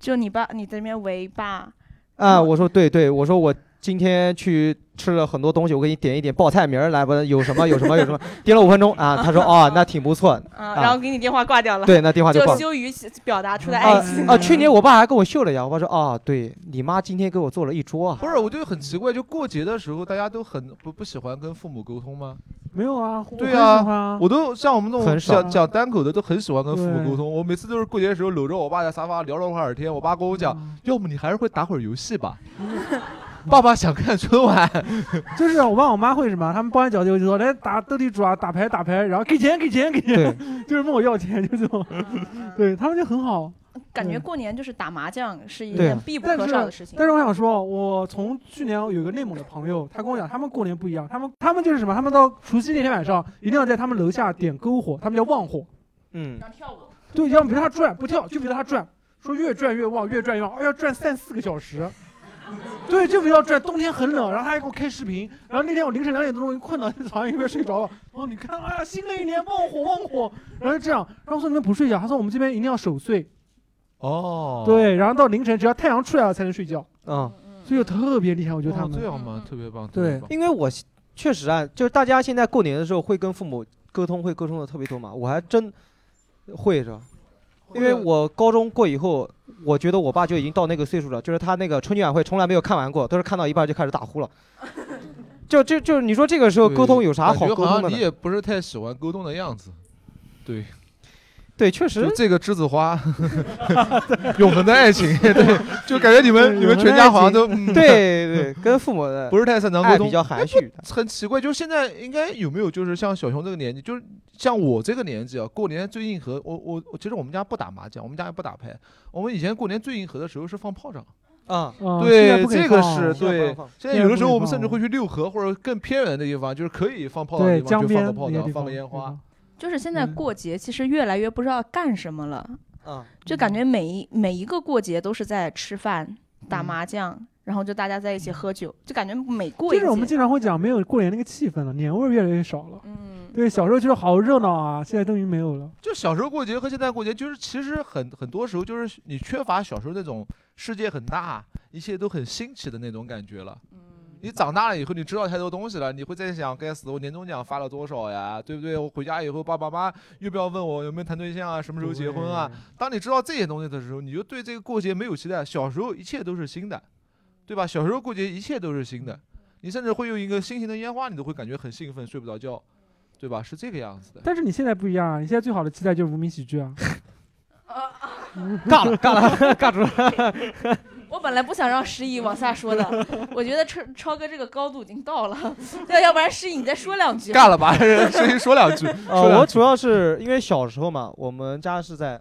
Speaker 16: 就你爸你在那边喂爸，嗯
Speaker 2: 啊，我说对对，我说我今天去吃了很多东西，我给你点一点报菜名儿来吧，有什么有什么有什么，点了五分钟啊，他说哦，那挺不错
Speaker 16: 啊，然后
Speaker 2: 啊
Speaker 16: 给你电话挂掉了，
Speaker 2: 对那电话就
Speaker 16: 就
Speaker 2: 挂了
Speaker 16: 羞于表达出的爱
Speaker 2: 啊
Speaker 16: 情
Speaker 2: 啊，去年我爸还跟我秀了一下，我爸说哦，对你妈今天给我做了一桌啊，
Speaker 6: 不是，我就很奇怪，就过节的时候，大家都很不不喜欢跟父母沟通吗？
Speaker 3: 没有啊，
Speaker 6: 对
Speaker 3: 啊，
Speaker 6: 啊，我都像我们那种
Speaker 2: 很少
Speaker 6: 讲讲单口的，都很喜欢跟父母
Speaker 2: 对
Speaker 6: 沟通。我每次都是过节的时候搂着我爸在沙发聊了会儿天，我爸跟我讲，
Speaker 2: 嗯
Speaker 6: 要么你还是会打会儿游戏吧。爸爸想看春晚， (laughs)
Speaker 3: 就是我爸我妈会什么？他们帮你找游戏说来打斗地主啊，打牌打牌，然后给钱给钱给钱， (laughs) 就是问我要钱，就这种。 (laughs) 对他们就很好，
Speaker 16: 感觉过年就是打麻将是一
Speaker 3: 对
Speaker 16: 件必不可少的事情。
Speaker 3: 但是但是我想说，我从去年有一个内蒙的朋友，他跟我讲，他们过年不一样，他们他们就是什么？他们到除夕那天晚上一定要在他们楼下点篝火，他们叫旺火。
Speaker 2: 嗯，
Speaker 3: 对，要么别让他转，不跳，就别让他转，说越转越旺，越转越旺，哎要转三四个小时。对，就非要转，冬天很冷，然后他还给我开视频，然后那天我凌晨两点多钟困到床上一边睡着了，哦，你看，哎呀，新的一年旺火旺火，然后就这样，然后我说你们不睡觉，他说我们这边一定要守岁，
Speaker 6: 哦，
Speaker 3: 对，然后到凌晨只要太阳出来了才能睡觉，
Speaker 2: 嗯，
Speaker 3: 所以就特别厉害，我觉得他
Speaker 6: 哇
Speaker 3: 们
Speaker 6: 这样吗？特别棒，特别
Speaker 3: 对
Speaker 6: 棒，
Speaker 2: 因为我确实啊，就是大家现在过年的时候会跟父母沟通，会沟通的特别多嘛，我还真会是吧？因为我高中过以后，我觉得我爸就已经到那个岁数了，就是他那个春节晚会从来没有看完过，都是看到一半就开始打
Speaker 6: (laughs)
Speaker 2: 呼了。就就就你说这个时候沟通有啥
Speaker 6: 感
Speaker 2: 好
Speaker 6: 觉
Speaker 2: 沟
Speaker 6: 好
Speaker 2: 通的
Speaker 6: 像你
Speaker 2: 呢？
Speaker 6: 也不是太喜欢沟通的样子。对，
Speaker 2: 对，确实
Speaker 6: 就这个栀子
Speaker 2: (laughs)
Speaker 6: 花， (laughs) 永恒的爱情，对，就感觉你们你们全家
Speaker 2: (laughs)
Speaker 6: 好像都嗯
Speaker 2: 对对，跟父母的
Speaker 6: (laughs) 不是太擅长沟
Speaker 2: 爱
Speaker 6: 通，
Speaker 2: 比较含蓄。
Speaker 6: 哎。不 (laughs) 很奇怪，就是现在应该有没有就是像小熊这个年纪，就是像我这个年纪啊，过年最硬核。我我我其实我们家不打麻将，我们家也不打牌。我们以前过年最硬核的时候是放炮仗。
Speaker 2: 啊
Speaker 6: 对，这个是对。现在有的时候我们甚至
Speaker 3: 会
Speaker 6: 会去六合或者更偏远的地方，就是可以放炮仗的
Speaker 3: 对
Speaker 6: 地方，就放个
Speaker 3: 江边
Speaker 6: 炮
Speaker 3: 那些
Speaker 6: 仗，
Speaker 3: 地
Speaker 6: 放个
Speaker 3: 方
Speaker 6: 烟花。
Speaker 16: 就是现
Speaker 3: 嗯
Speaker 16: 在过节其实越来越不知道干什么了，
Speaker 2: 嗯，
Speaker 16: 就感觉每一每一个过节都是在吃饭、打麻将，然后就大家在一起喝酒，就感觉每过一
Speaker 3: 嗯就是我们
Speaker 16: 节
Speaker 3: 经常会讲，没有过年那个气氛了，年味儿越来越少了。嗯，对，小时候就是好热闹啊，现在终于没有了。
Speaker 6: 就小时候过节和现在过节，就是其实很很多时候就是你缺乏小时候那种世界很大，一切都很新奇的那种感觉了。
Speaker 3: 嗯
Speaker 6: 你长大了以后，你知道太多东西了，你会在想，该死，我年终奖发了多少呀，对不对？我回家以后，爸爸妈妈又不要问我有没有谈对象啊，什么时候结婚啊。当你知道这些东西的时候，你就对这个过节没有期待。小时候一切都是新的，对吧？小时候过节一切都是新的，
Speaker 3: 嗯
Speaker 6: 你甚至会用一个新型的烟花，你都会感觉很兴奋，睡不着觉，对吧？是这个样子的。
Speaker 3: 但是你现在不一样啊，你现在最好的期待就是无名喜剧
Speaker 18: (laughs)
Speaker 3: 啊。
Speaker 2: 尬了，尬了，尬住
Speaker 6: (laughs)
Speaker 2: 了。
Speaker 16: 我本来不想让诗意往下说的，
Speaker 3: (laughs)
Speaker 16: 我觉得超超哥这个高度已经到了， (laughs) 对，要不然诗意你再说两
Speaker 6: (laughs)
Speaker 16: 句。
Speaker 6: 尬了
Speaker 16: (laughs)
Speaker 2: (laughs)
Speaker 3: (laughs)
Speaker 6: 吧所以说两句说
Speaker 2: 呃，
Speaker 6: 两
Speaker 2: 我
Speaker 6: 句
Speaker 2: 主要是因为小时候嘛，我们家是在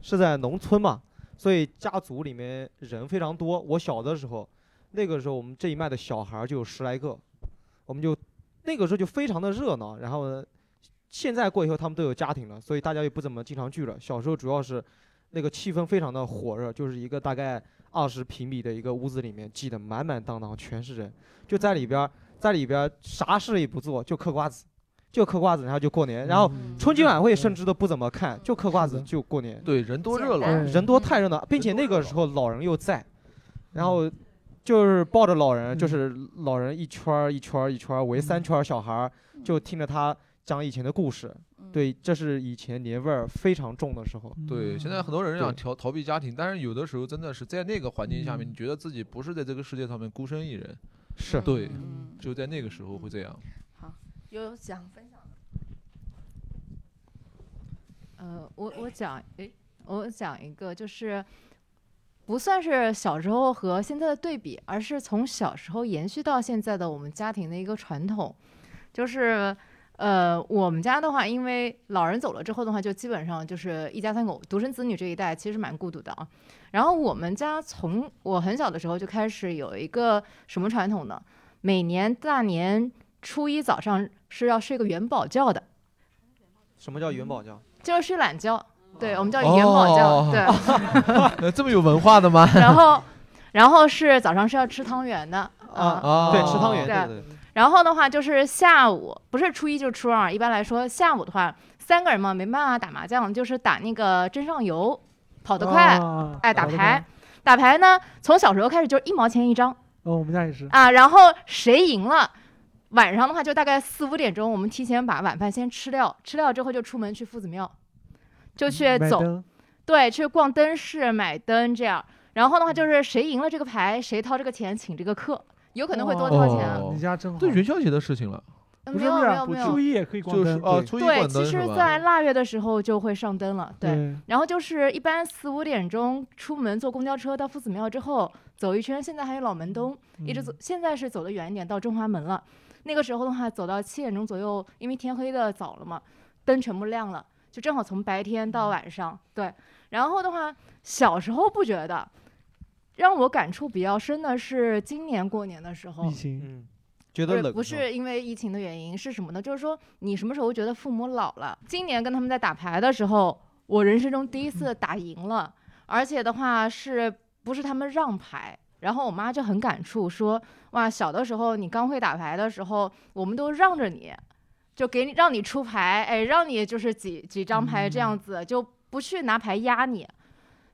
Speaker 2: 是在农村嘛，所以家族里面人非常多。我小的时候，那个时候我们这一脉的小孩儿就有十来个，我们就那个时候就非常的热闹。然后呢，现在过以后他们都有家庭了，所以大家也不怎么经常聚了。小时候主要是那个气氛非常的火热，就是一个大概二十平米的一个屋子里面挤得满满当当，全是人，就在里边儿在里边儿啥事也不做，就嗑瓜子。就嗑瓜子，然后就过年，然后春节晚会甚至都不怎么看，就嗑瓜子就过年。
Speaker 6: 对，人多热闹，
Speaker 2: 人多太热闹，并且那个时候老人又在，然后就是抱着老
Speaker 18: 嗯
Speaker 2: 人，就是老人一圈儿一圈儿一圈儿围三圈儿小孩儿，
Speaker 18: 嗯
Speaker 2: 就听着他讲以前的故事。对，这是以前年味儿非常重的时候。
Speaker 6: 对，现在很多人想
Speaker 2: 对
Speaker 6: 逃逃避家庭，但是有的时候真的是在那个环境下面，你觉得自己不是在这个世界上面孤身一人，
Speaker 2: 是
Speaker 6: 对，
Speaker 18: 嗯
Speaker 6: 就在那个时候会这样。
Speaker 5: 有想分享的，
Speaker 18: 呃，我我讲，诶，我讲一个，就是不算是小时候和现在的对比，而是从小时候延续到现在的我们家庭的一个传统，就是。呃，我们家的话，因为老人走了之后的话，就基本上就是一家三口，独生子女这一代其实蛮孤独的啊。然后我们家从我很小的时候就开始有一个什么传统呢？每年大年初一早上是要睡个元宝觉的，
Speaker 2: 什么叫元宝教？
Speaker 18: 就是睡懒觉，对我们叫呃元宝
Speaker 2: (laughs)
Speaker 6: (laughs)
Speaker 18: 觉，
Speaker 6: 哦
Speaker 18: 对。 (laughs)
Speaker 6: 呃，这么有文化的吗？
Speaker 18: 然后，然后是早上是要吃汤圆的啊
Speaker 6: (laughs) 啊对吃汤圆
Speaker 18: 对
Speaker 6: 对对
Speaker 18: 然后的话就是下午，不是初一就是初二，一般来说下午的话，三个人嘛没办法打麻将，就是打那个真上游，跑得快，
Speaker 3: 哦
Speaker 18: 哎，打
Speaker 3: 跑得快，
Speaker 18: 牌打牌呢，从小时候开始就是一毛钱一张
Speaker 3: 哦，我们家也是。
Speaker 18: 啊，然后谁赢了。晚上的话，就大概四五点钟，我们提前把晚饭先吃掉，吃掉之后就出门去夫子庙，就去
Speaker 3: 买
Speaker 18: 走，
Speaker 3: 灯
Speaker 18: 对，去逛灯市、买灯这样。然后的话就是谁赢了这个牌，谁掏这个钱请这个客，有可能会多掏钱。啊
Speaker 6: 哦
Speaker 3: 你家真好。
Speaker 6: 对元宵节的事情了，
Speaker 18: 呃
Speaker 3: 不
Speaker 18: 没
Speaker 3: 是
Speaker 18: 有
Speaker 3: 不
Speaker 18: 没
Speaker 3: 是
Speaker 18: 有
Speaker 3: 我
Speaker 18: 没有，
Speaker 3: 初一也可以逛
Speaker 6: 就是
Speaker 3: 灯
Speaker 6: 哦
Speaker 3: 对
Speaker 6: 初一
Speaker 18: 对，
Speaker 6: 逛
Speaker 18: 其
Speaker 6: 灯
Speaker 18: 实
Speaker 6: 是，吧
Speaker 18: 在腊月的时候就会上灯了，对
Speaker 6: 对。
Speaker 18: 然后就是一般四五点钟出门坐公交车到夫子庙之后走一圈，现在还有老门东，一
Speaker 6: 嗯
Speaker 18: 直走，现在是走得远一点到中华门了。那个时候的话，走到七点钟左右，因为天黑的早了嘛，灯全部亮了，就正好从白天到晚上。对，然后的话，小时候不觉得，让我感触比较深的是今年过年的时候，
Speaker 3: 疫情，
Speaker 2: 嗯，觉
Speaker 18: 不
Speaker 2: 得
Speaker 18: 是
Speaker 2: 冷
Speaker 18: 不是因为疫情的原因是什么呢？就是说你什么时候觉得父母老了？今年跟他们在打牌的时候，我人生中第一
Speaker 2: 嗯
Speaker 18: 次打赢了，而且的话是不是他们让牌？然后我妈就很感触，说哇，小的时候你刚会打牌的时候，我们都让着你，就给你让你出牌，哎，让你就是几几张牌
Speaker 2: 嗯
Speaker 18: 这样子，就不去拿牌压你。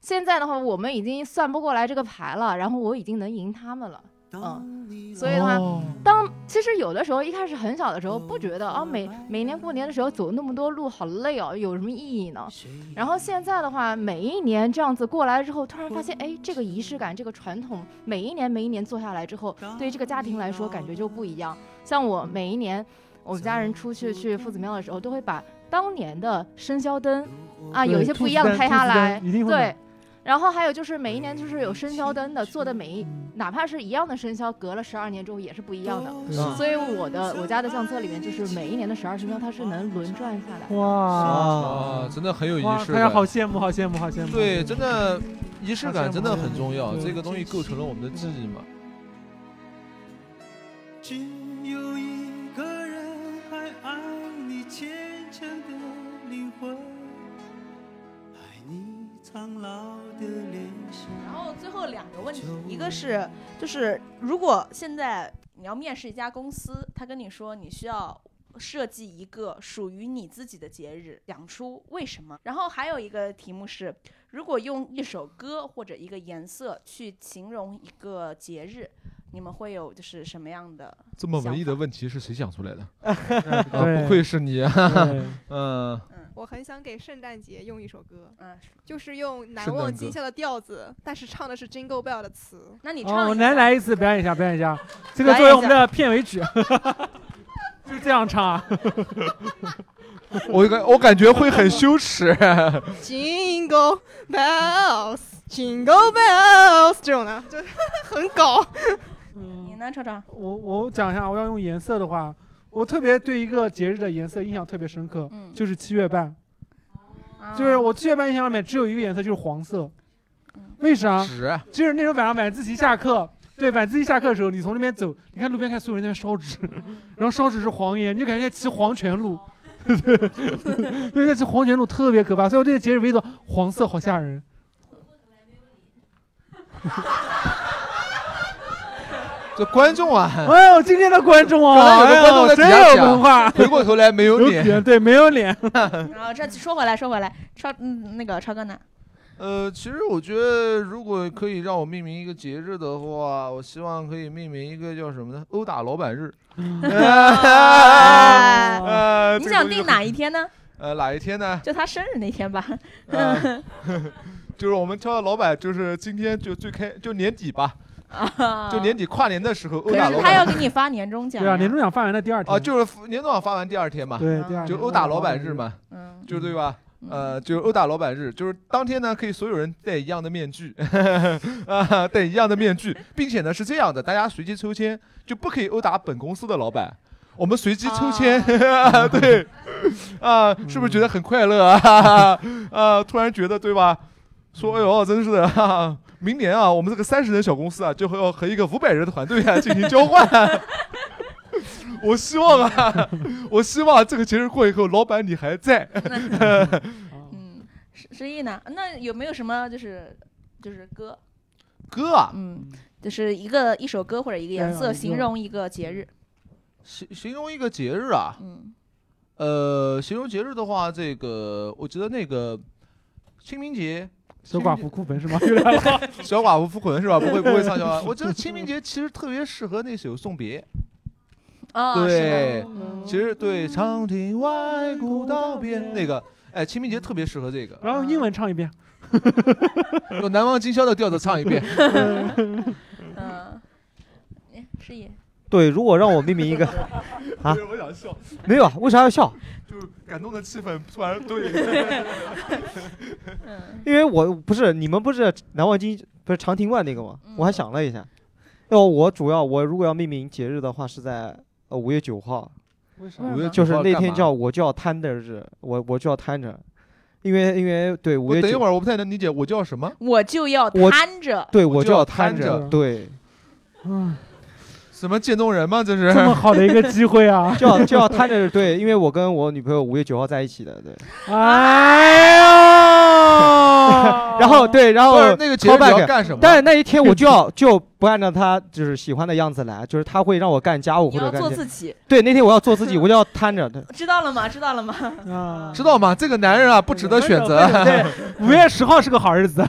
Speaker 18: 现在的话，我们已经算不过来这个牌了，然后我已经能赢他们了，嗯，所以的话，
Speaker 5: 哦
Speaker 18: 当其实有的时候一开始很小的时候不觉得啊，每每年过年的时候走那么多路好累哦，有什么意义呢？然后现在的话，每一年这样子过来之后，突然发现，哎，这个仪式感，这个传统，每一年每一年做下来之后，对于这个家庭来说感觉就不一样。像我每一年，我们家人出去去夫子庙的时候，都会把当年的生肖灯啊，
Speaker 5: 对
Speaker 18: 有一些不一样
Speaker 5: 兔
Speaker 18: 的
Speaker 5: 子灯
Speaker 18: 拍下
Speaker 5: 兔子灯
Speaker 18: 来，
Speaker 5: 一定会
Speaker 18: 对
Speaker 5: 买。
Speaker 18: 然后还有就是每一年就是有生肖灯的做的每一，哪怕是一样的生肖，隔了十二年之后也是不一样的。
Speaker 2: 嗯
Speaker 18: 所以我的我家的相册里面就是每一年的十二生肖它是能轮转下来
Speaker 15: 呃
Speaker 18: 的。
Speaker 3: 哇
Speaker 6: 啊，真的很有仪
Speaker 3: 哇
Speaker 6: 式
Speaker 3: 哎呀，
Speaker 6: 感
Speaker 3: 好羡慕，好羡慕，好羡慕。
Speaker 6: 对，真的仪式
Speaker 3: 好羡
Speaker 6: 感
Speaker 3: 慕
Speaker 6: 真的很重要，
Speaker 3: 对
Speaker 6: 这个东西构成了我们的记忆嘛。
Speaker 19: 只有一个人还爱你虔诚的灵魂，爱你苍老的脸上。
Speaker 16: 然后最后两个问题，一个是就是如果现在你要面试一家公司，他跟你说你需要设计一个属于你自己的节日，讲出为什么。然后还有一个题目是，如果用一首歌或者一个颜色去形容一个节日，你们会有就是什么样的？
Speaker 6: 这 (laughs) 么文艺的问题是谁想出来的？
Speaker 16: 哎
Speaker 6: 啊，
Speaker 3: 对
Speaker 6: 不愧是你啊
Speaker 3: 对！
Speaker 6: 嗯，
Speaker 8: (laughs) 我很想给圣诞节用一首歌，
Speaker 5: 嗯，
Speaker 8: 就是用《难
Speaker 3: 圣
Speaker 8: 忘
Speaker 3: 诞
Speaker 8: 今
Speaker 3: 歌
Speaker 8: 宵》的调子，但是唱的是 Jingle Bell 的词。
Speaker 5: 那你
Speaker 3: 哦，来来一次，表演一下，表演一下，这个
Speaker 8: 表
Speaker 3: 作为
Speaker 8: 演一
Speaker 3: 我们
Speaker 8: 下
Speaker 3: 的片尾曲， (laughs) 就这样唱啊。
Speaker 6: 我感我感觉会很羞耻。
Speaker 8: Jingle bells, jingle bells 这种的，就是很
Speaker 6: (laughs)
Speaker 8: 搞。
Speaker 5: 你呢，超超？
Speaker 3: 我我讲一下，我要用颜色的话，我特别对一个节日的颜色印象特别深刻，
Speaker 5: 嗯
Speaker 3: 就是七月半。就是我七月半印象里面只有一个颜色，就是黄色。为啥？
Speaker 6: 纸
Speaker 3: 就是那时候晚上晚自习下课，对，晚自习下课的时候，你从那边走，你看路边看所有人在那烧纸，然后烧纸是黄烟，你就感觉在骑黄泉路。 (laughs) 对，在骑黄泉路特别可怕，所以我对这个节日唯独黄色好吓人。
Speaker 6: 这观众啊，
Speaker 3: 哎呦，今天的观众
Speaker 6: 可
Speaker 3: 啊，
Speaker 6: 能有的观众在
Speaker 3: 哎呦真
Speaker 6: 底下
Speaker 3: 有
Speaker 6: 讲
Speaker 3: 文化。
Speaker 6: 回过头来没有脸
Speaker 3: 脸，对，没有脸。
Speaker 16: 然后啊这说回来，说回来，超嗯那个超哥呢？
Speaker 6: (laughs) 呃，其实我觉得，如果可以让我命名一个节日的话，我希望可以命名一个叫什么呢？殴打老板日。呃 (laughs) 呃，
Speaker 16: 啊 (laughs) 你
Speaker 6: 这个
Speaker 16: 想
Speaker 6: 东西
Speaker 16: 定
Speaker 6: 就很
Speaker 16: 哪一？天呢？
Speaker 6: 呃，哪一天
Speaker 16: (laughs)
Speaker 6: 呢？
Speaker 16: 就他生日那天吧。 (laughs)
Speaker 6: 呃就是我们挑的老板，就是今天就最开，就年底吧， (laughs) 就年底跨年的时 (laughs) 候殴
Speaker 16: 啊可
Speaker 6: 打
Speaker 16: 是
Speaker 6: 老
Speaker 16: 他要
Speaker 6: 板
Speaker 16: 给。你发年终奖
Speaker 3: 对啊，
Speaker 16: 呀。
Speaker 3: 年终奖发完的第二天。
Speaker 6: 啊，就是年终奖发完第二天嘛，
Speaker 3: 对第二天
Speaker 6: 就
Speaker 3: 殴
Speaker 6: 殴
Speaker 3: 打
Speaker 6: 打
Speaker 3: 老
Speaker 6: 老板
Speaker 3: 板
Speaker 6: 日
Speaker 3: 日
Speaker 6: 嘛，
Speaker 16: 嗯
Speaker 6: 就是对吧？呃，就是殴打老板日，就是当天呢，可以所有人戴一样的面具， (laughs) 啊，戴一样的面具，并且呢是这样的，大家随机抽签，就不可以殴打本公司的老板。我们随机
Speaker 16: 哦
Speaker 6: 抽签， (laughs) 对，啊，是不是觉得很快乐啊？ (laughs) 啊，突然觉得对吧？说哎呦，真是的，哈哈明年啊，我们这个三十人小公司啊，就会要和一个五百人的团队啊进行交换。 (laughs) 我希望
Speaker 3: (laughs)
Speaker 6: 啊，我希望这个节日过以后，老板你还在。
Speaker 16: 十十一呢？那有没有什么就是就是歌，
Speaker 6: 歌啊，
Speaker 16: 嗯，就是一个一首歌或者一个颜
Speaker 6: 哎呀
Speaker 16: 色
Speaker 6: 一个
Speaker 16: 形容一个节日？
Speaker 6: 形形容一个节日啊，
Speaker 16: 嗯，
Speaker 6: 呃，形容节日的话，这个我觉得那个清
Speaker 3: (laughs)
Speaker 6: 明节，
Speaker 3: 小
Speaker 6: 清
Speaker 3: 寡
Speaker 6: 明
Speaker 3: 妇
Speaker 6: 节
Speaker 3: 哭坟是吗？又来了。
Speaker 6: 小寡妇哭魂是吧？不会不会唱
Speaker 3: (laughs)
Speaker 6: 小寡妇。我觉得清明节其实特别适合那首《送别》。
Speaker 3: 啊
Speaker 6: 啊
Speaker 16: 哦，
Speaker 6: 对，其实对长亭外，古道边那个，哎，清明节特别适合这个。
Speaker 3: 嗯然后英文唱一
Speaker 6: (laughs)
Speaker 3: 遍。
Speaker 6: 用《难忘今宵》的调子唱
Speaker 3: (laughs)
Speaker 6: 一遍。
Speaker 16: 嗯，哎十一，
Speaker 2: (laughs) 对，如果让我命名一
Speaker 6: (laughs)
Speaker 2: 个啊，
Speaker 6: 我想笑，
Speaker 2: (laughs) 没有啊，为啥要笑？
Speaker 6: 感动的气氛突然对。
Speaker 2: (laughs) 因为我不是你们不是南望京不是长亭外那个
Speaker 16: 嗯
Speaker 2: 吗？我还想了一下，要我主要我如果要命名节日的话，是在呃五月九号，
Speaker 3: 为啥
Speaker 6: 5月
Speaker 2: 就是
Speaker 6: 9号
Speaker 2: 那
Speaker 6: 干
Speaker 2: 天
Speaker 6: 嘛
Speaker 2: 叫我就要摊的日，我我就要摊着，因为因为对五
Speaker 6: 我
Speaker 2: 月
Speaker 6: 呃等一
Speaker 2: 九
Speaker 6: 会儿，我不太能理解，我叫什么？
Speaker 16: 我就要
Speaker 2: 我
Speaker 16: 摊着，
Speaker 2: 对
Speaker 6: 我
Speaker 2: 我
Speaker 6: 就
Speaker 2: 就
Speaker 6: 要
Speaker 2: 要
Speaker 6: 摊
Speaker 2: 摊
Speaker 6: 着
Speaker 2: 着，对，
Speaker 6: 什么渐冻人吗？这是
Speaker 3: 这么好的一个机会啊
Speaker 2: (laughs) 就要就要摊着，对，因为我跟我女朋友五月九号在一起的，对。
Speaker 3: 哎
Speaker 2: (laughs)
Speaker 16: 哦
Speaker 2: 然后对，然后
Speaker 6: 不是那个节日
Speaker 2: callback，
Speaker 6: 要干什么
Speaker 2: 但是那一天我就要就不按照他就是喜欢的样子来，就是他会让我干家务或者
Speaker 16: 要
Speaker 2: 干
Speaker 16: 做
Speaker 2: 这
Speaker 16: 自己。
Speaker 2: 对，那天我要做自己，我就要摊着的。
Speaker 16: 知道了吗？知道了吗？
Speaker 3: 啊，
Speaker 6: (laughs) 知道吗？这个 (laughs) 男人啊，不值得选择。
Speaker 3: 对，五月十号是个好日
Speaker 6: (laughs)
Speaker 3: 子。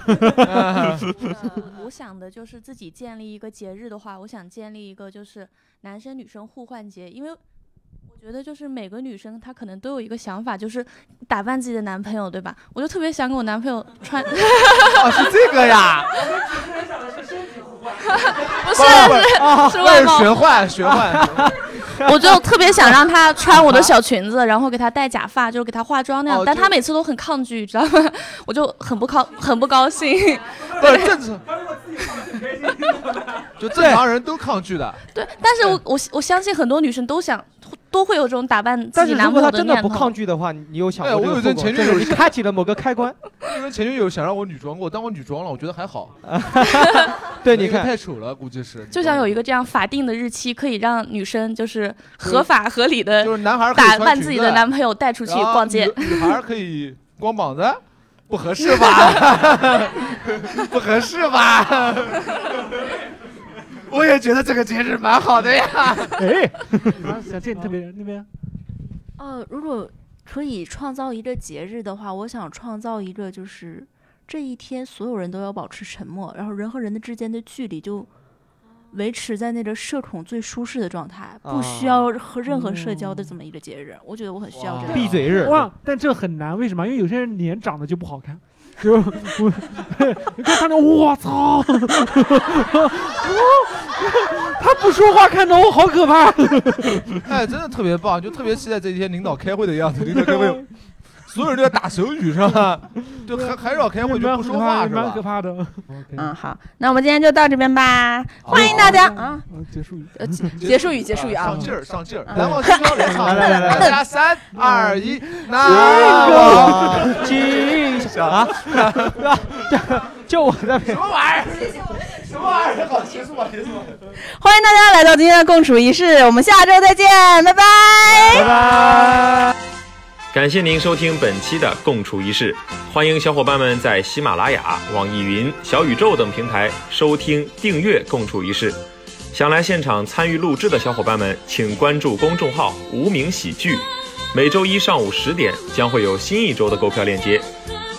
Speaker 15: 我想的就是自己建立一个节日的话，我想建立一个就是男生女生互换节，因为我觉得就是每个女生她可能都有一个想法，就是打扮自己的男朋友，对吧？我就特别想给我男朋友穿， (laughs)
Speaker 6: 哦，是这个呀。
Speaker 15: 不是
Speaker 6: 不
Speaker 15: 是
Speaker 6: 啊
Speaker 15: 是
Speaker 6: 那
Speaker 15: 外
Speaker 6: 是
Speaker 15: 貌
Speaker 6: 玄幻玄
Speaker 2: (laughs)
Speaker 6: 幻。
Speaker 15: 我就特别想让她穿
Speaker 6: (laughs)
Speaker 15: 我的小裙子，然后给她戴假发，就是给她化妆那样，
Speaker 6: 哦
Speaker 15: 但
Speaker 6: 就
Speaker 15: 她每次都很抗拒，知道吗？ (laughs) 我就很不高很不高兴。 (laughs)
Speaker 6: 不是正常，就正常人都抗拒的。
Speaker 15: 对， (laughs) 但是我我我相信很多女生都想都会有这种打扮自
Speaker 2: 但
Speaker 15: 己
Speaker 2: 是
Speaker 15: 男
Speaker 2: 如
Speaker 15: 朋
Speaker 2: 果
Speaker 15: 友
Speaker 2: 他
Speaker 15: 的
Speaker 2: 真的
Speaker 15: 念头。
Speaker 2: 不抗拒的话，你你有想
Speaker 6: 哎，
Speaker 2: 过这个后
Speaker 6: 我有一阵
Speaker 2: 果？
Speaker 6: 前女
Speaker 2: 就是
Speaker 6: 友
Speaker 2: 你开启了某个开关，
Speaker 6: 有一阵前女友想让我女装过，但我女装了，我觉得还好。
Speaker 2: (laughs) 对
Speaker 6: 那
Speaker 2: 你
Speaker 6: 个
Speaker 2: 看
Speaker 6: 太丑了，估计是。
Speaker 15: 就想有一个这样法定的日期，可以让女生就是合法合理的，
Speaker 6: 就是男孩儿可以
Speaker 15: 打
Speaker 6: 穿
Speaker 15: 扮
Speaker 6: 裙
Speaker 15: 自己
Speaker 6: 子
Speaker 15: 的男朋友带出去
Speaker 6: 然后
Speaker 15: 逛街。
Speaker 6: 女女孩
Speaker 15: (laughs)
Speaker 6: 儿可以光膀子，不合适吧？不合适吧？我也觉得这个节日蛮好的呀。
Speaker 3: (laughs) 哎，啊小静特别那边
Speaker 20: 呃，如果可以创造一个节日的话，我想创造一个就是这一天所有人都要保持沉默，然后人和人的之间的距离就
Speaker 14: 维持在那个社恐最舒适的状态，不需
Speaker 3: 啊
Speaker 14: 要和任何社交的这么一个节日。我觉得我很需要这个
Speaker 3: 闭嘴日哇！哦但这很难，为什么？因为有些人脸长得就不好看，就我你看他那，我操， (laughs) 他不说话，看着我好可怕。
Speaker 6: 哎，真的特别棒，就特别期待这一天领导开会的样子。领导开会，所有人都在打手语是吧？就很很少开会就不说话是
Speaker 3: 蛮
Speaker 6: 吧
Speaker 3: 可？怕的。
Speaker 5: 嗯，好，那我们今天就到这边吧，欢迎大家啊！
Speaker 3: 结束语，
Speaker 5: 呃结结束语，结束语啊！
Speaker 6: 上劲儿，上劲儿，
Speaker 5: 嗯
Speaker 6: 来往新高人唱，
Speaker 5: 来来来来
Speaker 6: 大家三二一，
Speaker 2: 这
Speaker 6: 哎那
Speaker 2: (laughs) 个金小
Speaker 6: (laughs)
Speaker 2: 啊， (laughs) 就我在什么
Speaker 6: 玩意儿？什么玩意儿？好，结束吧，结束吧。
Speaker 5: 欢迎大家来到今天的共处一室，我们下周再见，拜拜，拜拜。
Speaker 1: 感谢您收听本期的《共处一室》，欢迎小伙伴们在喜马拉雅、网易云、小宇宙等平台收听、订阅《共处一室》。想来现场参与录制的小伙伴们，请关注公众号“无名喜剧”，每周一上午十点将会有新一周的购票链接。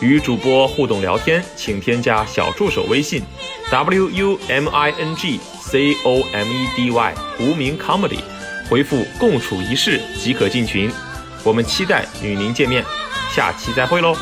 Speaker 1: 与主播互动聊天，请添加小助手微信 w u m i n g c o m e d y 无名 comedy，回复“共处一室”即可进群。我们期待与您见面，下期再会喽。